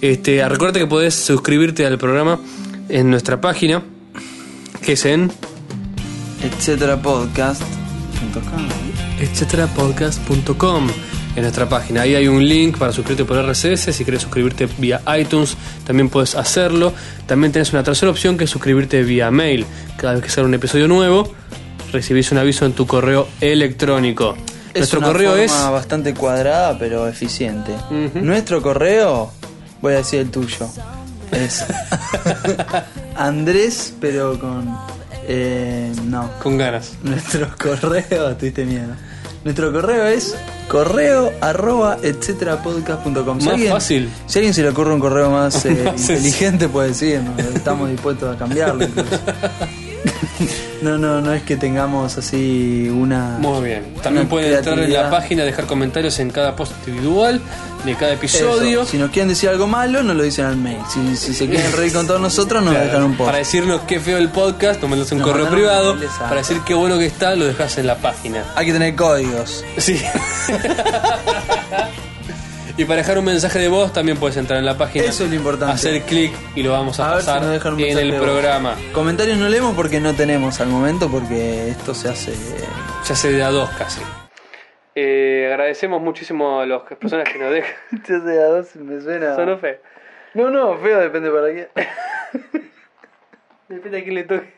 Speaker 2: Este, recuerda que podés suscribirte al programa en nuestra página, que es en
Speaker 3: etcétera podcast.
Speaker 2: etcéterapodcast.com en nuestra página. Ahí hay un link para suscribirte por RSS. Si quieres suscribirte vía iTunes, también puedes hacerlo. También tenés una tercera opción que es suscribirte vía mail. Cada vez que sale un episodio nuevo, recibís un aviso en tu correo electrónico. Nuestro correo es.
Speaker 3: bastante cuadrada pero eficiente.
Speaker 2: Ujú.
Speaker 3: Nuestro correo, voy a decir el tuyo.
Speaker 2: *laughs*
Speaker 3: Es Andrés, pero con eh, no.
Speaker 2: Con ganas.
Speaker 3: *laughs* Nuestro correo, *laughs* tuviste miedo. Nuestro correo es correo arroba etcétera podcast.com.
Speaker 2: Más fácil.
Speaker 3: Si a alguien se le ocurre un
Speaker 2: *laughs*
Speaker 3: correo más eh,
Speaker 2: Más sencillo.
Speaker 3: inteligente, puede decirnos. Estamos dispuestos a
Speaker 2: *laughs*
Speaker 3: cambiarlo. incluso. no, no, no es que tengamos así una.
Speaker 2: Muy bien. También
Speaker 3: una
Speaker 2: pueden entrar en la
Speaker 3: creatividad.
Speaker 2: página, dejar comentarios en cada post individual de cada
Speaker 3: Eso,
Speaker 2: episodio.
Speaker 3: Si nos quieren decir algo malo, nos lo dicen al mail. Si, si se quieren reír con todos nosotros, nos dejan un post.
Speaker 2: Para decirnos qué feo el podcast, nos mandas un
Speaker 3: Nos
Speaker 2: correo
Speaker 3: mandan un
Speaker 2: privado.
Speaker 3: mail, exacto.
Speaker 2: Para decir qué bueno que está, lo dejas en la página.
Speaker 3: Hay que tener códigos. *laughs*
Speaker 2: Sí. y para dejar un mensaje de voz también puedes entrar en la página.
Speaker 3: Eso es lo importante.
Speaker 2: Hacer clic y lo vamos a,
Speaker 3: A ver si
Speaker 2: pasar
Speaker 3: nos dejan un
Speaker 2: en
Speaker 3: mensaje
Speaker 2: el
Speaker 3: de voz.
Speaker 2: programa.
Speaker 3: Comentarios no leemos porque no tenemos al momento, porque esto se hace. eh,
Speaker 2: Ya se de a dos casi. Eh, agradecemos muchísimo a las personas que nos dejan.
Speaker 3: Se hace de a dos, me suena.
Speaker 2: Sonó feo.
Speaker 3: No, no, feo, depende para qué.
Speaker 2: *laughs* Depende a quién le toque.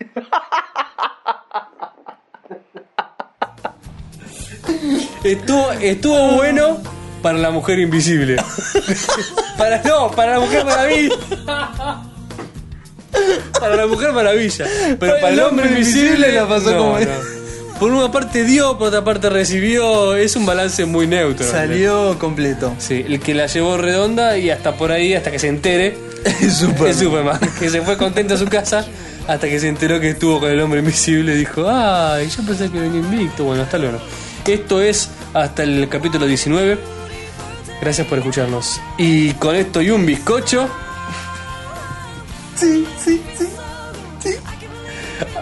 Speaker 2: Estuvo, estuvo bueno para la mujer *laughs* invisible. Para no, para la mujer maravilla. Para la mujer maravilla. Pero para, el hombre invisible
Speaker 3: la pasó
Speaker 2: no,
Speaker 3: como-
Speaker 2: no. Por una parte dio, por otra parte recibió. Es un balance muy neutro.
Speaker 3: Salió completo.
Speaker 2: Sí, el que la llevó redonda y hasta por ahí, hasta que se entere.
Speaker 3: Es súper.
Speaker 2: *laughs* Es Superman, que se fue contento a su casa hasta que se enteró que estuvo con el hombre invisible y dijo, ay, yo pensé que venía invicto. Bueno, hasta luego. Esto es hasta el capítulo 19. Gracias por escucharnos. Y con esto y un bizcocho.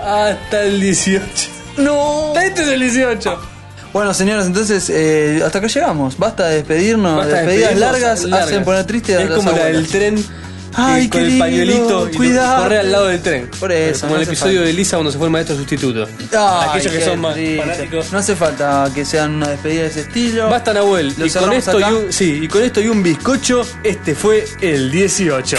Speaker 2: Hasta el 18. No. Este es el 18.
Speaker 3: Bueno, señores, entonces eh, hasta acá llegamos. Basta de despedirnos.
Speaker 2: Basta de
Speaker 3: Despedidas
Speaker 2: despedirnos,
Speaker 3: largas, hacen poner triste a
Speaker 2: Es
Speaker 3: las
Speaker 2: como la del
Speaker 3: abuelas.
Speaker 2: tren.
Speaker 3: Ay,
Speaker 2: y con
Speaker 3: qué
Speaker 2: el
Speaker 3: lindo,
Speaker 2: pañuelito y
Speaker 3: cuidate.
Speaker 2: correr al lado del tren.
Speaker 3: Por eso,
Speaker 2: Como
Speaker 3: no
Speaker 2: el
Speaker 3: hace
Speaker 2: episodio
Speaker 3: falta.
Speaker 2: de Lisa cuando se fue el maestro sustituto.
Speaker 3: Ay,
Speaker 2: Aquellos que
Speaker 3: qué
Speaker 2: son más
Speaker 3: triste.
Speaker 2: fanáticos.
Speaker 3: No hace falta que sean una despedida de ese estilo.
Speaker 2: Basta Nahuel.
Speaker 3: Lo
Speaker 2: Y con,
Speaker 3: cerramos
Speaker 2: esto y
Speaker 3: acá.
Speaker 2: un, sí, y con esto y un bizcocho, este fue el
Speaker 3: *laughs*
Speaker 2: 18.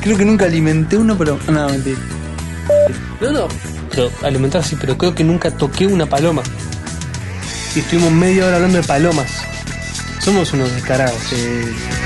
Speaker 3: Creo que nunca alimenté uno, pero. No, mentira.
Speaker 2: No, no. pero alimentar sí, pero creo que nunca toqué una paloma. Y estuvimos media hora hablando de palomas. Somos unos descarados.
Speaker 8: Eh,